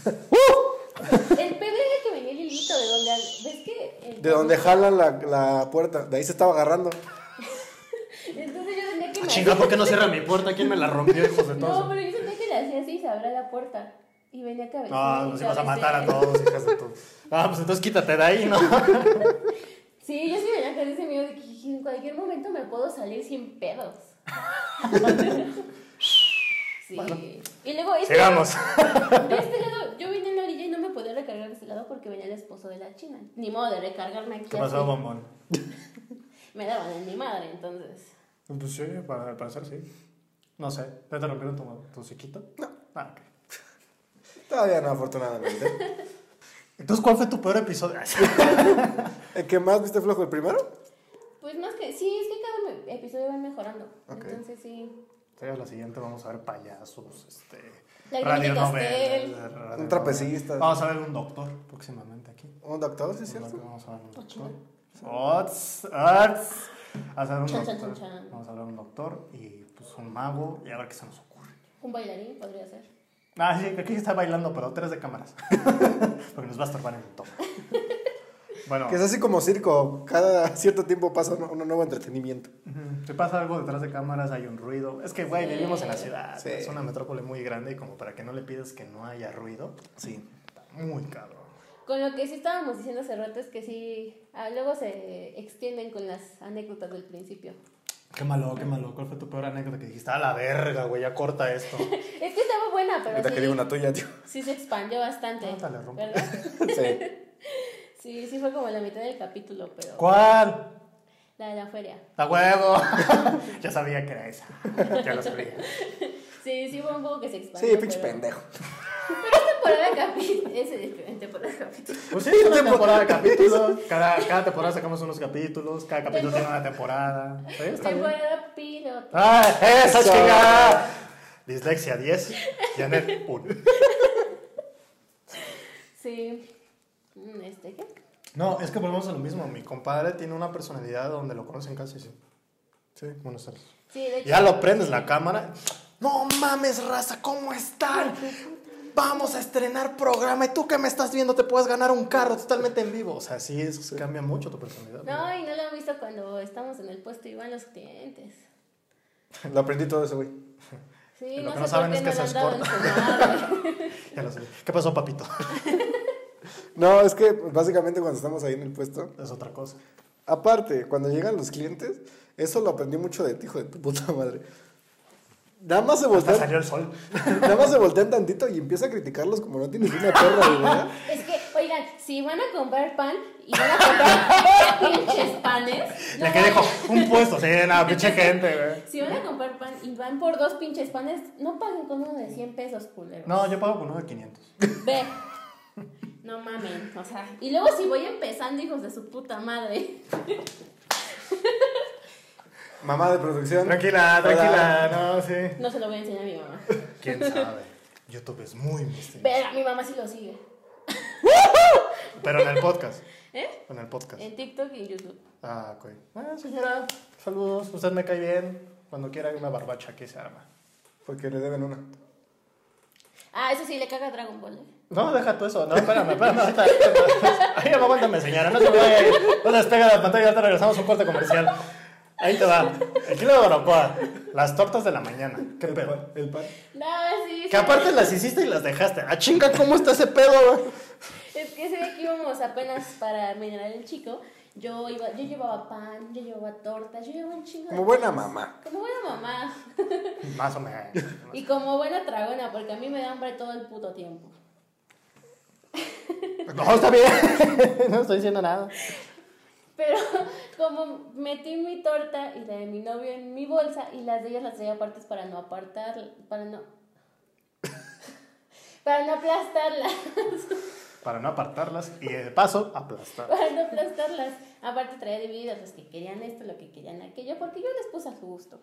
S3: El pedo era que venía el hilito de donde. al- ¿Ves que? el-
S1: De donde jalan la, la puerta, de ahí se estaba agarrando.
S3: Entonces yo sentía que
S2: Ah,
S3: me.
S2: chinga,
S3: hacía-
S2: ¿por qué no cierra mi puerta? ¿Quién me la rompió, hijos de
S3: No,
S2: todos?
S3: pero yo sentía que le hacía así y se abría la puerta. Y venía cabeceando.
S2: No,
S3: y
S2: Ah, nos ibas a matar a
S3: cabeceando.
S2: todos, hijas de todos. Ah, pues entonces quítate de ahí, ¿no?
S3: Sí, yo sí venía con ese miedo de que que en cualquier momento me puedo salir sin pedos. sí. Y luego. este-
S2: Sigamos.
S3: De este lado, yo vine en la orilla y no me podía recargar de este lado porque venía el esposo de la china. Ni modo de recargarme aquí.
S2: ¿Qué
S3: así.
S2: pasó, bombón?
S3: Me daban en mi madre, entonces.
S2: Pues sí, para, parecer sí. No sé, ¿te rompieron tu, tu chiquito? No. Ah, ok.
S1: Todavía no, afortunadamente.
S2: Entonces, ¿cuál fue tu peor episodio?
S1: ¿El que más viste flojo, el primero?
S3: Pues más que. Sí, es que cada me- episodio va mejorando.
S1: Ok.
S3: Entonces sí.
S2: Entonces, la siguiente vamos a ver payasos, este...
S3: Lágrima de
S2: radionovelas,
S3: Castel.
S2: radionovelas.
S1: Un trapecista.
S2: Vamos a ver un doctor próximamente aquí.
S1: ¿Un doctor, sí es
S2: Vamos a
S1: cierto?
S2: ver- Vamos a ver un doctor.
S3: Cochino.
S2: Ots, ots. Vamos a ver un
S3: Chan, chan, chan,
S2: doctor.
S3: chan.
S2: Vamos a ver un doctor y pues un mago y a ver qué se nos ocurre.
S3: Un bailarín podría ser.
S2: Ah, sí, aquí está bailando, pero tres de cámaras. Porque nos va a estorbar en el top. Bueno,
S1: Que es así como circo, cada cierto tiempo pasa un, un nuevo entretenimiento.
S2: ujú, si pasa algo detrás de cámaras, hay un ruido. Es que, güey,
S3: Sí.
S2: vivimos en la ciudad.
S1: Sí.
S2: Es una metrópole muy grande y como para que no le pidas que no haya ruido,
S1: Sí.
S2: está muy cabrón.
S3: Con lo que sí estábamos diciendo hace rato es que sí. ah, luego se extienden con las anécdotas del principio.
S2: Qué malo, qué malo. ¿Cuál fue tu peor anécdota que dijiste? A la verga, güey, ya corta esto.
S3: Es que estaba buena, pero
S1: Ahorita
S3: sí.
S1: que digo una tuya, tío.
S3: Sí se expandió bastante.
S2: No, te la rompo.
S3: ¿verdad?
S1: Sí.
S3: Sí, sí fue como la mitad del capítulo, pero.
S2: ¿Cuál?
S3: La de la feria.
S2: ¡La huevo! ya sabía que era esa. Ya lo sabía.
S3: Sí, sí fue un poco que se
S1: Sí,
S3: expandió.
S1: pinche
S3: pero-
S1: pendejo.
S3: temporada de capítulo. Ese es temporada de capítulo.
S2: Pues sí, es una temporada de capítulos. Cada, cada temporada sacamos unos capítulos. Cada capítulo tiene una temporada. Sí, está bien.
S3: Temporada piloto.
S2: ¡Ah, esa
S1: Eso.
S2: chingada! Dislexia 10, Janet 1.
S3: Sí. Mm, Este, ¿qué?
S2: No, es que volvemos a lo mismo. Mi compadre tiene una personalidad donde lo conocen casi sí. Sí, buenos tardes.
S3: Sí, de hecho.
S2: Ya lo prendes la cámara. No mames, raza, ¿cómo están? Vamos a estrenar programa y tú que me estás viendo te puedes ganar un carro totalmente en vivo. O sea, sí, eso cambia mucho tu personalidad.
S3: No, y no lo han visto cuando estamos en el puesto y van los clientes.
S1: Lo aprendí todo eso, güey.
S3: Sí,
S2: Lo
S3: no
S2: que
S3: sé
S2: no saben
S3: por
S2: es
S3: qué
S2: que
S3: no
S2: se
S3: le han dado en su madre.
S2: Ya lo sé. ¿Qué pasó, papito?
S1: No, es que básicamente cuando estamos ahí en el puesto,
S2: Es otra cosa.
S1: aparte, cuando llegan los clientes, eso lo aprendí mucho de ti, hijo de tu puta madre. Nada más se
S2: Hasta
S1: voltean,
S2: salió el sol.
S1: nada más se voltean tantito y empieza a criticarlos como no tienes una perra de idea.
S3: Es que, oigan, si van a comprar pan y van a comprar pinches panes. no
S2: Le que dijo,
S3: vayan-
S2: un puesto. Sí, nada, pinche gente, güey.
S3: Si van a comprar pan y van por dos pinches panes, no paguen con uno de 100 pesos, culeros.
S2: No, yo pago con uno de 500.
S3: Ve. No mamen, o sea. Y luego si voy empezando, hijos de su puta madre.
S1: Mamá de producción.
S2: Tranquila, tranquila, no, sí.
S3: No se lo voy a enseñar a mi mamá.
S2: ¿Quién sabe? YouTube es muy misterioso.
S3: Pero mi mamá sí lo sigue.
S2: Pero en el podcast.
S3: ¿Eh?
S2: En el podcast.
S3: En TikTok y en YouTube.
S2: Ah, ok. Ah, señora, saludos. Usted me cae bien. Cuando quiera una barbacha que se arma.
S1: Porque le deben una.
S3: Ah, eso sí, le caga Dragon Ball. ¿eh?
S2: No, deja tú eso. No, espérame, espérame. ahorita- ahorita- Ahí no, aguántame, señora. No se vaya. a ir. No despegue la pantalla. Ahorita regresamos a un corte comercial. Ahí te va. El kilo de barbacoa. Las tortas de la mañana. ¿Qué
S1: el,
S2: pedo?
S1: pan, el pan.
S3: No, sí. sí.
S2: Que aparte las hiciste y las dejaste. Ah, chinga, ¿cómo está ese pedo? güey?
S3: Es que ese día que íbamos apenas para mineral el chico, yo iba, yo llevaba pan, yo llevaba tortas, yo llevaba un chingo de
S1: Como buena
S3: cosas.
S1: mamá.
S3: Como buena mamá.
S2: Más o menos.
S3: y como buena tragona, porque a mí me da hambre todo el puto tiempo.
S2: No, está bien. No estoy diciendo nada.
S3: Pero como metí mi torta y la de mi novio en mi bolsa y las de ellas las traía apartes para no apartar, para no... Para no aplastarlas,
S2: Para no apartarlas y de paso aplastar.
S3: para no aplastarlas. Aparte traía divididas los que querían esto, lo que querían aquello, porque yo les puse a su gusto.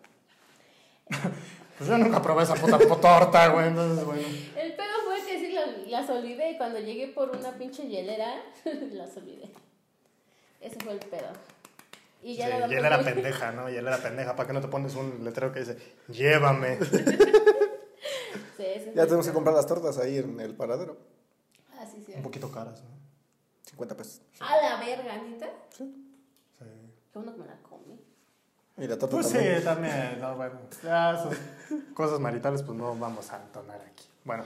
S2: Pues yo nunca probé esa puta torta, güey. Entonces, bueno.
S3: El pedo fue que sí la- las olvidé y cuando llegué por una pinche hielera, las olvidé. Ese fue el pedo. Y
S2: Sí,
S3: ya la
S2: y él era pendeja, ¿no? Y él era pendeja. ¿Para qué no te pones un letrero que dice, llévame?
S3: Sí, ese fue
S1: Ya
S3: el
S1: tenemos que
S3: pedo.
S1: comprar las tortas ahí en el paradero.
S3: Ah, sí, sí.
S2: Un poquito caras, ¿no?
S1: 50 pesos.
S3: A la verga, neta.
S2: Sí.
S3: Qué bueno que me la comí.
S1: Y la torta
S2: Pues sí,
S1: también.
S2: también, no, bueno. Ya sus cosas maritales, pues no vamos a entonar aquí. Bueno,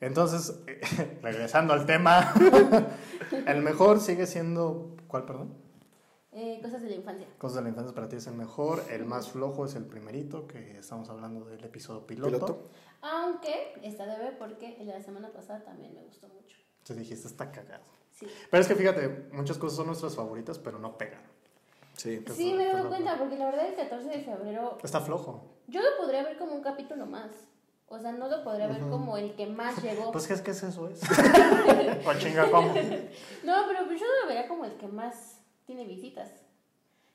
S2: entonces, eh, regresando al tema, el mejor sigue siendo. ¿Cuál, perdón?
S3: Eh, cosas de la infancia.
S2: Cosas de la infancia para ti es el mejor, el más flojo es el primerito, que estamos hablando del episodio piloto.
S1: Piloto.
S3: Aunque está de ver porque el de la semana pasada también me gustó mucho.
S2: Entonces dijiste, está cagado.
S3: Sí.
S2: Pero es que fíjate, muchas cosas son nuestras favoritas, pero no pegan.
S1: Sí.
S2: Qué
S3: Sí,
S2: fue-
S3: me
S2: qué
S3: doy
S2: fue-
S3: cuenta porque la verdad el 14 de febrero
S2: Está flojo.
S3: yo lo podría ver como un capítulo más. O sea, no lo podría ver como el que más llegó.
S2: Pues, ¿qué es que es eso? Es. o chinga, ¿cómo?
S3: No, pero pues yo no lo vería como el que más tiene visitas.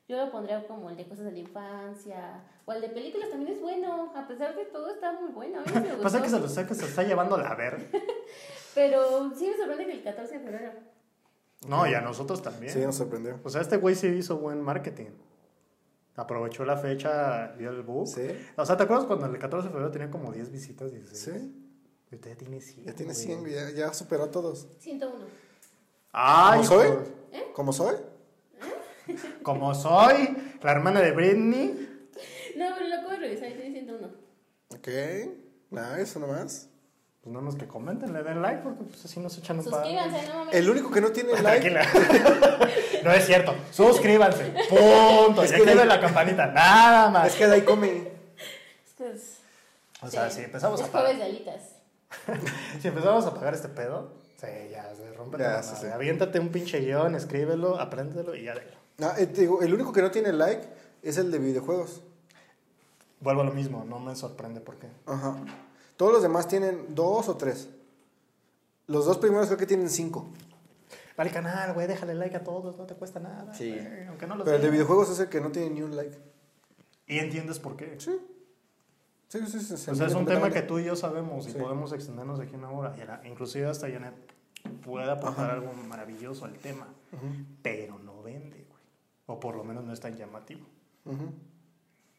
S3: Yo lo pondría como el de cosas de la infancia. O el de películas también es bueno. A pesar de todo, está muy bueno. A mí sí me
S2: Pasa Pues que se
S3: gustó.
S2: lo que se está llevando la verga.
S3: Pero sí me sorprende que el 14 de febrero.
S2: No, y a nosotros también.
S1: Sí, nos sorprendió.
S2: O sea, este güey sí hizo buen marketing. Aprovechó la fecha, dio el book.
S1: Sí.
S2: O sea, ¿te acuerdas cuando el 14 de febrero tenía como 10 visitas? 16?
S1: Sí.
S2: Y usted ya tiene 100.
S1: Ya tiene
S2: güey.
S1: 100, ya, ya superó a todos.
S3: 101.
S2: ¡Ay! pues,
S1: ¿Como soy?
S2: por-
S1: ¿Cómo soy?
S2: Como soy, la hermana de Britney.
S3: No, pero lo puedo revisar y tiene 101.
S1: Ok. Nada, eso nomás.
S2: Pues no nos que comenten, le den like porque pues así nos echan un par.
S3: Suscríbanse, no mames.
S1: El único que no tiene like.
S2: Tranquila. no es cierto. Suscríbanse. Punto.
S1: Es
S2: y
S1: que
S2: activen
S1: like-
S2: la campanita. Nada más.
S1: Es que de ahí come.
S3: Es que es-
S2: O sea, si empezamos
S3: es
S2: a pagar.
S3: jueves de alitas.
S2: Si empezamos a pagar este pedo, sí, ya, se rompe
S1: Ya,
S2: la
S1: sí,
S2: madre.
S1: sí.
S2: Aviéntate un pinche guión, escríbelo, apréndelo y ya déjalo.
S1: Ah, eh, te digo, el único que no tiene like es el de videojuegos.
S2: Vuelvo a lo mismo, no me sorprende por qué.
S1: Ajá. Todos los demás tienen dos o tres. Los dos primeros creo que tienen cinco.
S2: Vale, canal, güey, déjale like a todos, no te cuesta nada.
S1: Sí.
S2: güey, aunque no los
S1: Pero el de
S2: veas.
S1: videojuegos es el que no tiene ni un like.
S2: Y entiendes por qué.
S1: Sí. Sí, sí, sí. se
S2: o sea,
S1: entiende
S2: es un tema
S1: completamente.
S2: que tú y yo sabemos y
S1: Sí.
S2: podemos extendernos aquí una hora. Y la- inclusive hasta Janet puede aportar algo maravilloso al tema, pero no vende, güey. O por lo menos no es tan llamativo.
S1: Ujú.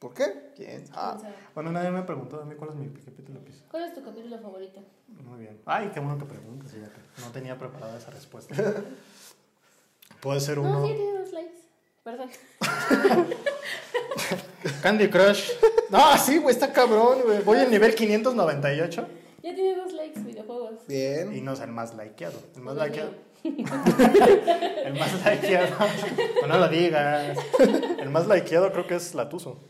S1: ¿Por qué? ¿Quién?
S2: Ah.
S3: ¿Quién sabe?
S2: Bueno, nadie me ha preguntado a mí cuál es mi capítulo piso.
S3: ¿Cuál es tu capítulo favorito?
S2: Muy bien. Ay, qué bueno que preguntas, fíjate. No tenía preparada esa respuesta. Puede ser uno.
S3: No, sí, tiene dos likes. Perdón.
S2: Candy Crush.
S1: Ah,
S2: No, sí, güey, está cabrón, güey. Voy al nivel 598
S3: Ya tiene dos likes, videojuegos.
S1: Bien.
S2: y no es el más likeado. El más
S3: Pues,
S2: likeado. El más likeado. Pues No, no lo digas. El más likeado creo que es Latuso.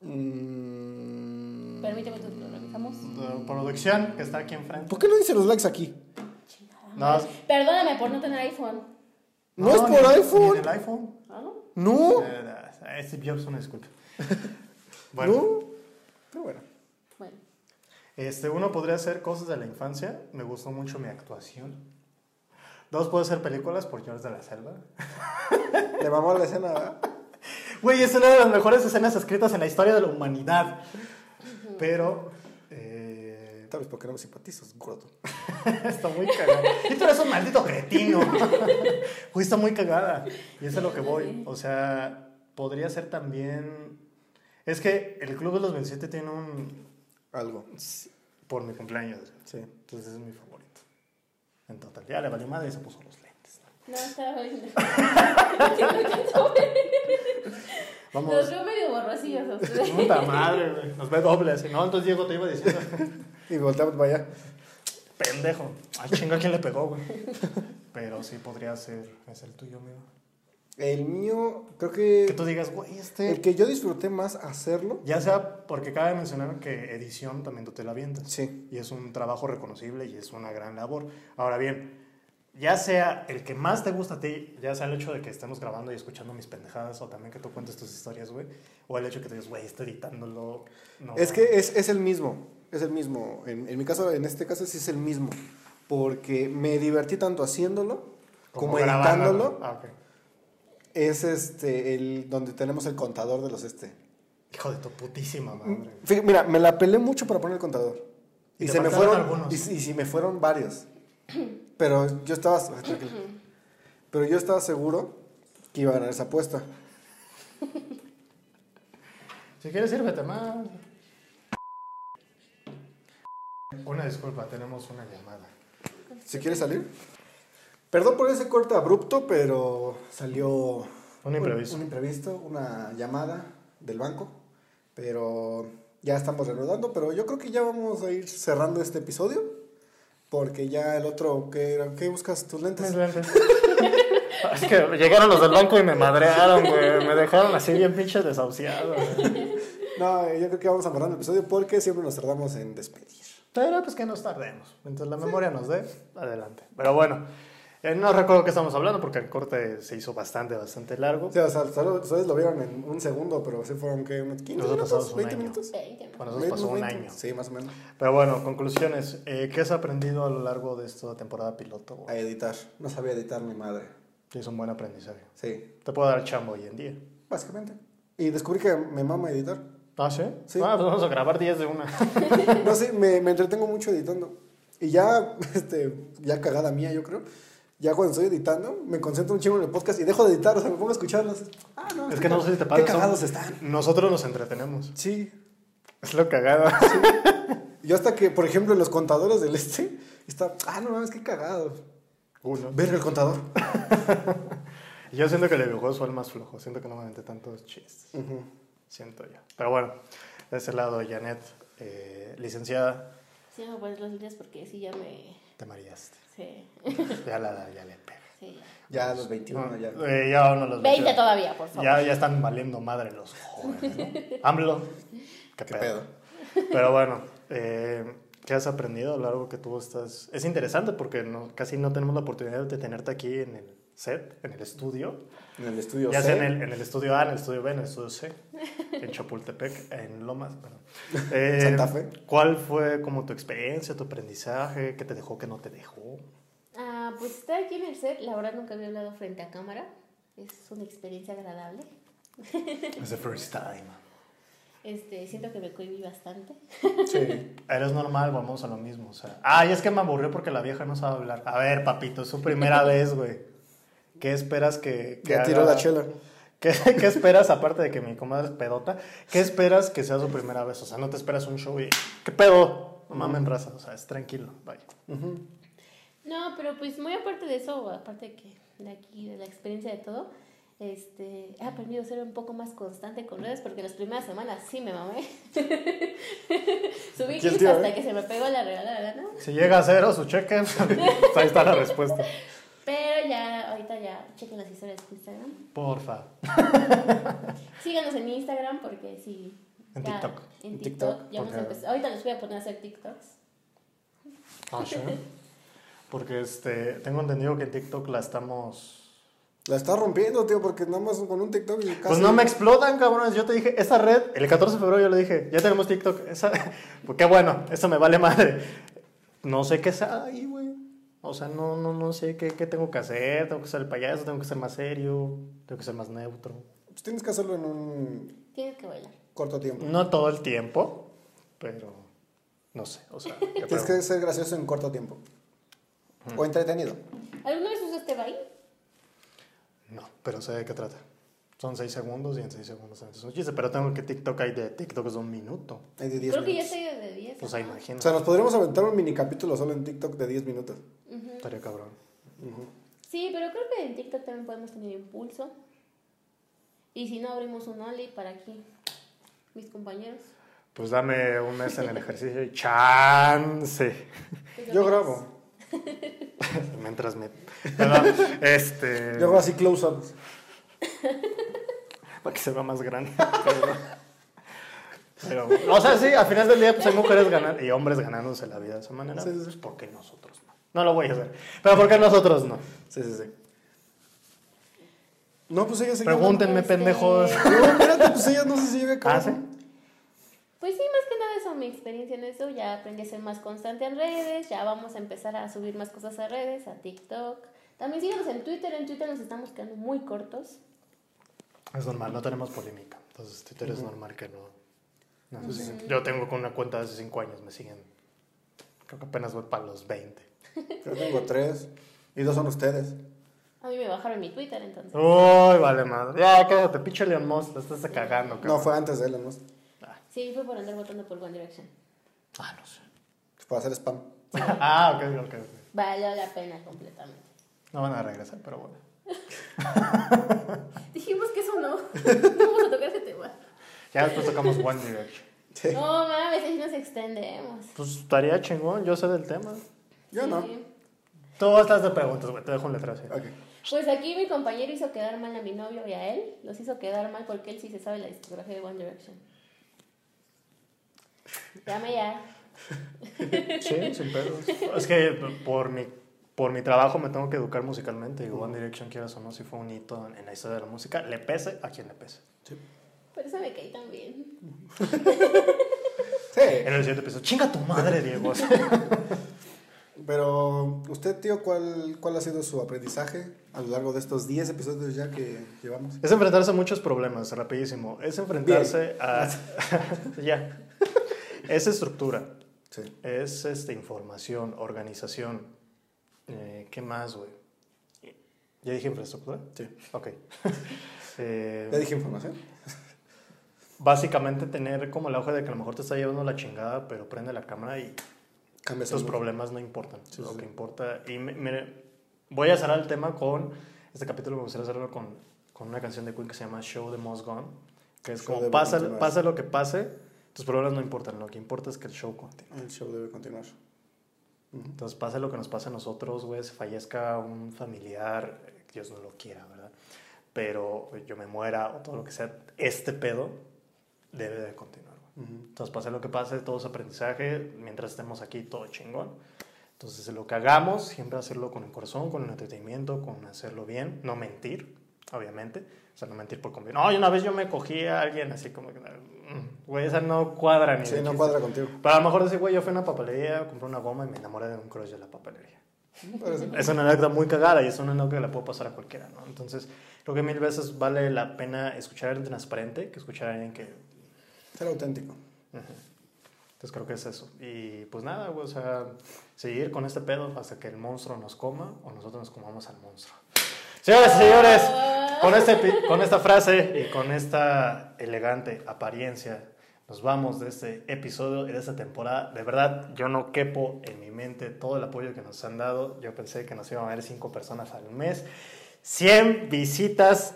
S1: Mm.
S3: Permíteme tú, lo revisamos.
S2: La producción que está aquí enfrente.
S1: ¿Por qué no dice los likes aquí?
S2: No,
S3: Perdóname por no tener iPhone.
S1: No, es por
S2: ni-
S1: iPhone.
S2: Ni del iPhone.
S3: ¿Ah, no?
S1: No.
S2: Eh, Steve Jobs, una disculpa. Bueno.
S1: No. Pero bueno.
S3: Bueno.
S2: Este, uno podría ser cosas de la infancia. Me gustó mucho mi actuación. Dos puede ser películas por George de la Selva.
S1: Le mamó la escena, ¿verdad?
S2: Güey, es una de las mejores escenas escritas en la historia de la humanidad. Pero. eh,
S1: Tal vez porque no me simpatizas, gordo.
S2: está muy cagada. Y tú eres un maldito cretino. Güey, está muy cagada. Y eso es a lo que voy. O sea, podría ser también. Es que el Club de los 27 tiene un.
S1: Algo.
S2: Por mi cumpleaños.
S1: Sí.
S2: Entonces es mi favorito. En total, ya le valió madre y se puso los lentes.
S3: No, está bien. Sí, lo alcanzo a ver. Los
S2: Vamos.
S3: veo medio borrosillos a ustedes.
S2: Puta madre, güey. Nos ve doble así, ¿no? Entonces Diego te iba diciendo,
S1: Y volteamos para allá.
S2: pendejo. Ay, chinga, ¿quién le pegó, güey? Pero sí podría ser. Es el tuyo, mío.
S1: El mío, creo
S2: Que
S1: que.
S2: tú digas, güey, este.
S1: El que yo disfruté más hacerlo.
S2: Ya sea porque cabe mencionar que edición también tú te la avientas.
S1: Sí.
S2: Y es un trabajo reconocible y es una gran labor. Ahora bien, ya sea el que más te gusta a ti, ya sea el hecho de que estemos grabando y escuchando mis pendejadas o también que tú cuentes tus historias, güey, o el hecho que te digas, güey, estoy editándolo. no,
S1: Es
S2: güey".
S1: que es, es el mismo. Es el mismo. En, en mi caso, en este caso sí es el mismo. Porque me divertí tanto haciéndolo como,
S2: grabándolo.
S1: editándolo.
S2: Ah, ok.
S1: Es este el donde tenemos el contador de los este.
S2: Hijo de tu putísima madre.
S1: Fí- Mira, me la pelé mucho para poner el contador.
S2: Y
S1: Y,
S2: te
S1: se me
S2: faltaron
S1: fueron
S2: algunos.
S1: y, si- y si me fueron varios. Pero yo estaba ay, tranquilo. Pero yo estaba seguro que iba a ganar esa apuesta.
S2: Si quieres, sírvete más. Una disculpa, tenemos una llamada.
S1: Si quieres salir. Perdón por ese corte abrupto, pero salió
S2: Un imprevisto.
S1: un, imprevisto, una llamada del banco. Pero ya estamos reanudando, pero yo creo que ya vamos a ir cerrando este episodio. Porque ya el otro, ¿qué, era? ¿Qué buscas tus lentes?
S2: es que llegaron los del banco y me madrearon, güey. Me dejaron así bien pinche desahuciado. güey.
S1: No, eh, yo creo que vamos a cerrar el episodio porque siempre nos tardamos en despedir.
S2: Pero pues que nos tardemos. Mientras la memoria nos dé, adelante. Pero bueno, eh, no recuerdo qué estamos hablando porque el corte se hizo bastante, bastante largo.
S1: O sea, sal- sal- ustedes lo vieron en un segundo, pero sí fueron que unos 15
S2: Nosotros pasamos
S1: minutos,
S2: un
S1: 20
S2: año.
S1: minutos.
S3: Veinte más.
S2: Bueno, nosotros pasó un
S1: 20,
S2: año.
S1: Sí, más o menos.
S2: Pero bueno, conclusiones. Eh, ¿Qué has aprendido a lo largo de esta temporada piloto? güey?
S1: A editar. No sabía editar mi madre.
S2: Es un buen aprendizaje.
S1: Sí,
S2: Te puedo dar chamba hoy en día.
S1: básicamente. Y descubrí que me mama editar.
S2: ¿Ah, sí?
S1: Sí.
S2: Ah, pues vamos a grabar 10 de una.
S1: No sé, me, me entretengo mucho editando. Y ya, este, ya cagada mía, yo creo. Ya cuando estoy editando, me concentro un chingo en el podcast y dejo de editar, o sea, me pongo a escucharlos. Ah, no.
S2: es que no sé si te pasa.
S1: Qué cagados están.
S2: Nosotros nos entretenemos.
S1: Sí,
S2: Es lo cagado.
S1: Yo hasta que, por ejemplo, los contadores del este, está, ah, no mames, qué cagado.
S2: Uno.
S1: Verga el contador.
S2: Yo siento que el videojuego fue el más flojo. Siento que no me aventé tantos chistes. Siento yo. Pero bueno, de ese lado, Janet, eh, licenciada,
S3: Sí, me voy a poner los lentes porque sí ya me.
S2: te mareaste.
S3: Sí,
S2: Ya la ya le pega.
S3: sí, ya.
S1: Ya a los 21,
S2: No,
S1: ya.
S2: eh, ya uno los
S3: 20
S2: veintidós.
S3: todavía, por favor.
S2: Ya, ya están valiendo madre los jóvenes, ¿no? AMLO. ¿Qué, pedo?
S1: pedo?
S2: Pero bueno, eh, ¿qué has aprendido a lo largo que tú estás? Es interesante porque no, casi no tenemos la oportunidad de tenerte aquí en el set, en el estudio.
S1: En el estudio
S2: ya
S1: C.
S2: sea en el, en el estudio A, en el estudio B, en el estudio C, en Chapultepec, en Lomas, perdón. Eh,
S1: Santa Fe.
S2: ¿Cuál fue como tu experiencia, tu aprendizaje? ¿Qué te dejó, qué no te dejó?
S3: Ah, pues estar aquí en el set, la verdad nunca había hablado frente a cámara. Es una experiencia agradable.
S2: Es the first time.
S3: Este, siento que me cohibí bastante.
S2: Sí. Eres normal, vamos a lo mismo. O sea, ay, es que me aburrió porque la vieja no sabe hablar. A ver, papito, es su primera vez, güey. ¿Qué esperas que, que
S1: Ya tiró
S2: haga?
S1: la chela.
S2: ¿Qué, qué esperas, aparte de que mi comadre es pedota? ¿Qué esperas que sea su primera vez? O sea, no te esperas un show y... ¿Qué pedo? No mamen raza, o sea, es tranquilo, vaya.
S3: No, pero pues muy aparte de eso, aparte de que de aquí, de la experiencia de todo, este, he aprendido a ser un poco más constante con redes porque las primeras semanas sí me mamé.
S1: Aquí
S3: Subí
S1: el
S3: clips
S1: tío,
S3: hasta
S1: ¿eh?
S3: que se me pegó la regalada gana.
S2: Si llega a cero su cheque, pues ahí está la respuesta.
S3: Pero ya, ahorita ya, chequen las historias de Instagram.
S2: Porfa.
S3: Síganos en Instagram porque sí.
S2: En
S3: ya,
S2: TikTok.
S3: En
S1: En
S3: TikTok.
S1: TikTok,
S3: ya vamos a
S2: porque-
S3: empezar. Ahorita les voy a poner a hacer TikToks.
S2: Ah, Porque este, tengo entendido que en TikTok la estamos...
S1: La está rompiendo, tío, porque nada más con un TikTok y casi.
S2: Pues no me explotan, cabrones. Yo te dije, esa red, el 14 de febrero yo le dije, ya tenemos TikTok. Esa, pues qué bueno, eso me vale madre. No sé qué es ahí, güey. O sea, no, no, no sé qué, qué tengo que hacer. Tengo que ser el payaso, tengo que ser más serio, tengo que ser más neutro.
S1: Pues tienes que hacerlo en un
S3: Tienes que bailar.
S1: corto tiempo.
S2: No todo el tiempo, pero no sé, o sea, te
S1: Tienes
S2: pregunto.
S1: que ser gracioso en corto tiempo. O entretenido.
S3: ¿Alguna vez usaste baile?
S2: No, pero sé de qué trata. Son seis segundos y en seis segundos haces un chiste, pero tengo que TikTok hay de TikTok de un minuto.
S1: Hay de 10
S3: Creo que ya
S1: minutos. Pues
S3: estoy de 10.
S2: O sea, imagínate,
S1: O sea, nos podríamos aventar un mini capítulo solo en TikTok de 10 minutos.
S2: estaría cabrón.
S3: Sí, pero creo que en TikTok también podemos tener impulso. Y si no, abrimos un Only para aquí, mis compañeros.
S2: Pues dame un mes en el ejercicio y chance.
S3: Tus
S1: Yo
S3: amigos.
S1: grabo.
S2: Mientras me... Perdón, este...
S1: Yo hago así close-ups.
S2: Para que se vea más grande. Pero, pero, o sea, sí, al final del día pues hay mujeres ganan y hombres ganándose la vida de esa manera.
S1: Sí, sí, sí.
S2: Pues, ¿Por qué nosotros no? No lo voy a hacer. Pero ¿por qué nosotros no?
S1: Sí, sí, sí. No, pues ella se
S2: Pregúntenme,
S3: Este-
S2: pendejos.
S1: No, espérate, pues ella no sé si llega a
S2: Ah,
S1: cabo.
S2: ¿sí?
S3: Pues sí, más que nada eso, mi experiencia en eso. Ya aprendí a ser más constante en redes. Ya vamos a empezar a subir más cosas a redes, a TikTok. También síganos en Twitter. En Twitter nos estamos quedando muy cortos.
S2: Es normal, no tenemos polémica. Entonces, Twitter es normal que no. no nos sigan. Yo tengo con una cuenta de hace 5 años, me siguen. Creo que apenas voy para los 20.
S1: Yo tengo tres. Y dos son ustedes.
S3: A mí me bajaron mi Twitter, entonces.
S2: Uy, vale, madre. Ya, quédate, pinche Leon Moss, la estás cagando,
S1: No,
S2: cabrón.
S1: fue antes de él, ¿no?
S3: Sí, fue por andar votando por One Direction.
S2: Ah, no sé.
S1: Para hacer spam.
S2: ah, ok, ok, ok.
S3: Valió la pena completamente.
S2: No van a regresar, pero bueno.
S3: Dijimos que eso no. No vamos a tocar ese tema.
S2: Ya después tocamos One Direction.
S1: Sí.
S3: No mames, ahí nos extendemos.
S2: Pues estaría chingón, yo sé del tema.
S1: Yo no.
S3: Sí.
S2: Tú estás de preguntas, güey, te dejo un letrero así.
S1: Ok.
S3: Pues aquí mi compañero hizo quedar mal a mi novio y a él. Los hizo quedar mal porque él sí se sabe la discografía de One Direction. Llame ya.
S2: Sí, sin pedos. Es que por mi, por mi trabajo me tengo que educar musicalmente. Y One Direction, quieras o no, si fue un hito en la historia de la música, le pese a quien le pese.
S3: Pero eso me cae también.
S1: Sí.
S2: En el siguiente episodio, chinga tu madre, Diego. O sea,
S1: Pero, ¿usted, tío, cuál, cuál ha sido su aprendizaje a lo largo de estos 10 episodios ya que llevamos?
S2: Es enfrentarse a muchos problemas, rapidísimo. Es enfrentarse a... ya. Es estructura.
S1: Sí.
S2: Es este, información, organización. Eh, ¿Qué más, güey? ¿Ya dije infraestructura?
S1: Sí.
S2: Ok. Eh,
S1: Ya dije información.
S2: básicamente tener como la hoja de que a lo mejor te está llevando la chingada, pero prende la cámara y
S1: Cambia
S2: estos
S1: salud.
S2: problemas no importan.
S1: Sí,
S2: lo
S1: sí.
S2: que importa. Y me- mire, voy a cerrar el tema con. Este capítulo me gustaría cerrarlo con, con una canción de Queen que se llama Show the Most Gone. Que es
S1: Show
S2: como:
S1: debe
S2: pasa,
S1: continuar.
S2: pasa lo que pase, tus problemas no importan. Lo que importa es que el show continúe.
S1: El show debe continuar.
S2: Entonces, pase lo que nos pase a nosotros, güey, si fallezca un familiar, eh, Dios no lo quiera, ¿verdad? Pero yo me muera o todo lo que sea, este pedo debe de continuar, güey. Entonces, pase lo que pase, todo es aprendizaje, mientras estemos aquí, todo chingón. Entonces, lo que hagamos, siempre hacerlo con el corazón, con el entretenimiento, con hacerlo bien, no mentir, obviamente. O sea, no mentir por convivir. No, y una vez yo me cogí a alguien así como que, mm, güey, esa no cuadra
S3: Ah,
S2: ni
S1: Sí,
S2: de
S1: no
S2: chiste.
S1: cuadra contigo.
S2: Pero a lo mejor ese güey, yo fui a una papelería, compré una goma y me enamoré de un crush de la papelería.
S1: Parece-
S2: Es una anécdota muy cagada y es una anécdota que le puede pasar a cualquiera, ¿no? Entonces, creo que mil veces vale la pena escuchar a alguien transparente que escuchar a alguien que...
S1: Ser auténtico.
S2: Entonces, creo que es eso. Y pues nada, güey, o sea, seguir con este pedo hasta que el monstruo nos coma o nosotros nos comamos al monstruo. Señoras y señores, con, este, pi- con esta frase y con esta elegante apariencia, nos vamos de este episodio y de esta temporada. De verdad, yo no quepo en mi mente todo el apoyo que nos han dado. Yo pensé que nos iban a ver cinco personas al mes. 100 visitas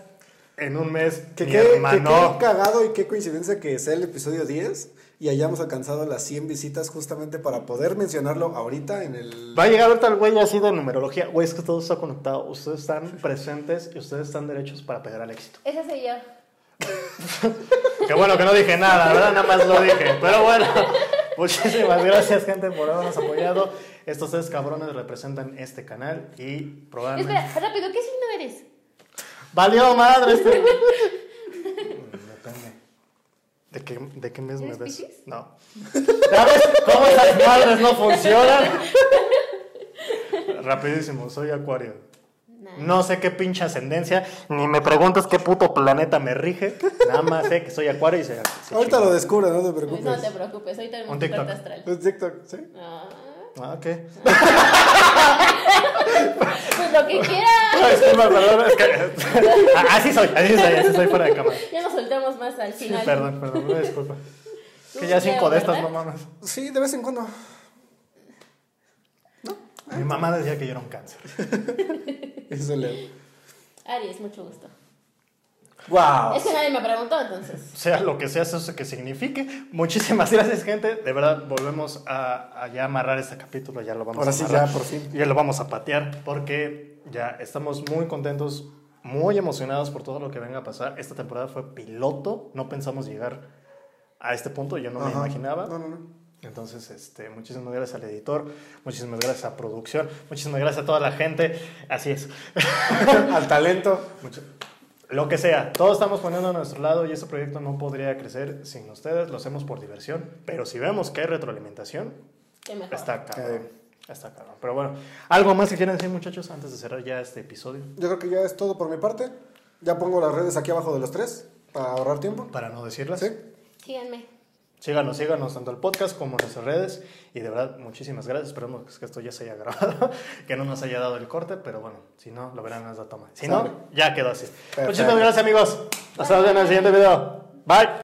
S2: en un mes.
S1: Que
S2: mi
S1: qué, que
S2: hermano.
S1: qué cagado y qué coincidencia que sea el episodio 10 y hayamos alcanzado las 100 visitas justamente para poder mencionarlo ahorita en el...
S2: Va a llegar ahorita el güey así de numerología. Güey, es que todo está conectado. Ustedes están presentes y ustedes están derechos para pegar al éxito.
S3: Esa soy yo.
S2: Qué bueno que no dije nada, la ¿verdad? Nada más lo dije. Pero bueno, muchísimas gracias, gente, por habernos apoyado. Estos tres cabrones representan este canal y
S3: Espera,
S2: probablemente.
S3: rápido, ¿qué signo eres?
S2: ¡Valió madre este! Depende. ¿De qué, ¿De qué mes me
S3: ¿Eres
S2: ves?
S3: Piscis?
S2: No. ¿Sabes cómo esas madres no funcionan? Rapidísimo, soy Acuario.
S3: Nah.
S2: No sé qué pinche ascendencia, ni me preguntas qué puto planeta me rige. Nada más sé que soy acuario y se. se
S1: Ahorita
S2: chingó.
S1: lo descubro, no te
S3: Pues
S1: preocupes.
S3: no te preocupes, ahorita vemos
S2: Un
S3: tu
S2: TikTok.
S3: carta astral.
S1: Es TikTok, ¿sí?
S3: Ah,
S2: Ah, ok.
S3: pues lo que quieras.
S2: No, es que me acordé, es que- Ah, así soy, así soy, así soy fuera de cámara.
S3: Ya nos soltamos más al
S2: Sí,
S3: final.
S2: perdón, perdón, una disculpa.
S3: Tú,
S2: Que ya cinco
S3: Leo,
S2: de estas,
S3: ¿verdad?
S2: no mames.
S1: Sí, de vez en cuando.
S2: Mi mamá decía que yo era un cáncer.
S1: Eso leo.
S3: Aries, mucho gusto.
S1: ¡Wow!
S3: Es que nadie me preguntó entonces.
S2: Sea lo que sea eso que signifique. Muchísimas gracias, gente. De verdad, volvemos a, a ya amarrar este capítulo. Ya lo vamos
S1: Ahora
S2: a
S1: sí,
S2: amarrar.
S1: ya, por fin.
S2: Ya lo vamos a patear porque ya estamos muy contentos, muy emocionados por todo lo que venga a pasar. Esta temporada fue piloto. No pensamos llegar a este punto. Yo no me
S1: Ajá.
S2: imaginaba.
S1: No, no, no.
S2: Entonces, este, muchísimas gracias al editor, muchísimas gracias a producción, muchísimas gracias a toda la gente. Así es.
S1: Al talento.
S2: Mucho- Lo que sea, todos estamos poniendo a nuestro lado y este proyecto no podría crecer sin ustedes, lo hacemos por diversión, pero si vemos que hay retroalimentación,
S3: Qué mejor.
S2: está cabrón. Está cabrón. Pero bueno, algo más que quieran decir muchachos antes de cerrar ya este episodio
S1: Yo creo que ya es todo por mi parte. Ya pongo las redes aquí abajo de los tres para ahorrar tiempo.
S2: para no decirlas.
S1: Sí.
S3: Síganme.
S2: Síganos, síganos tanto el podcast como nuestras redes. Y de verdad, muchísimas gracias. Esperemos que esto ya se haya grabado, que no nos haya dado el corte, pero bueno, si no, lo verán en la toma. Si no,
S1: Sale.
S2: ya quedó así.
S1: Perfecto.
S2: Muchísimas gracias, amigos. Nos vemos en el siguiente video. Bye.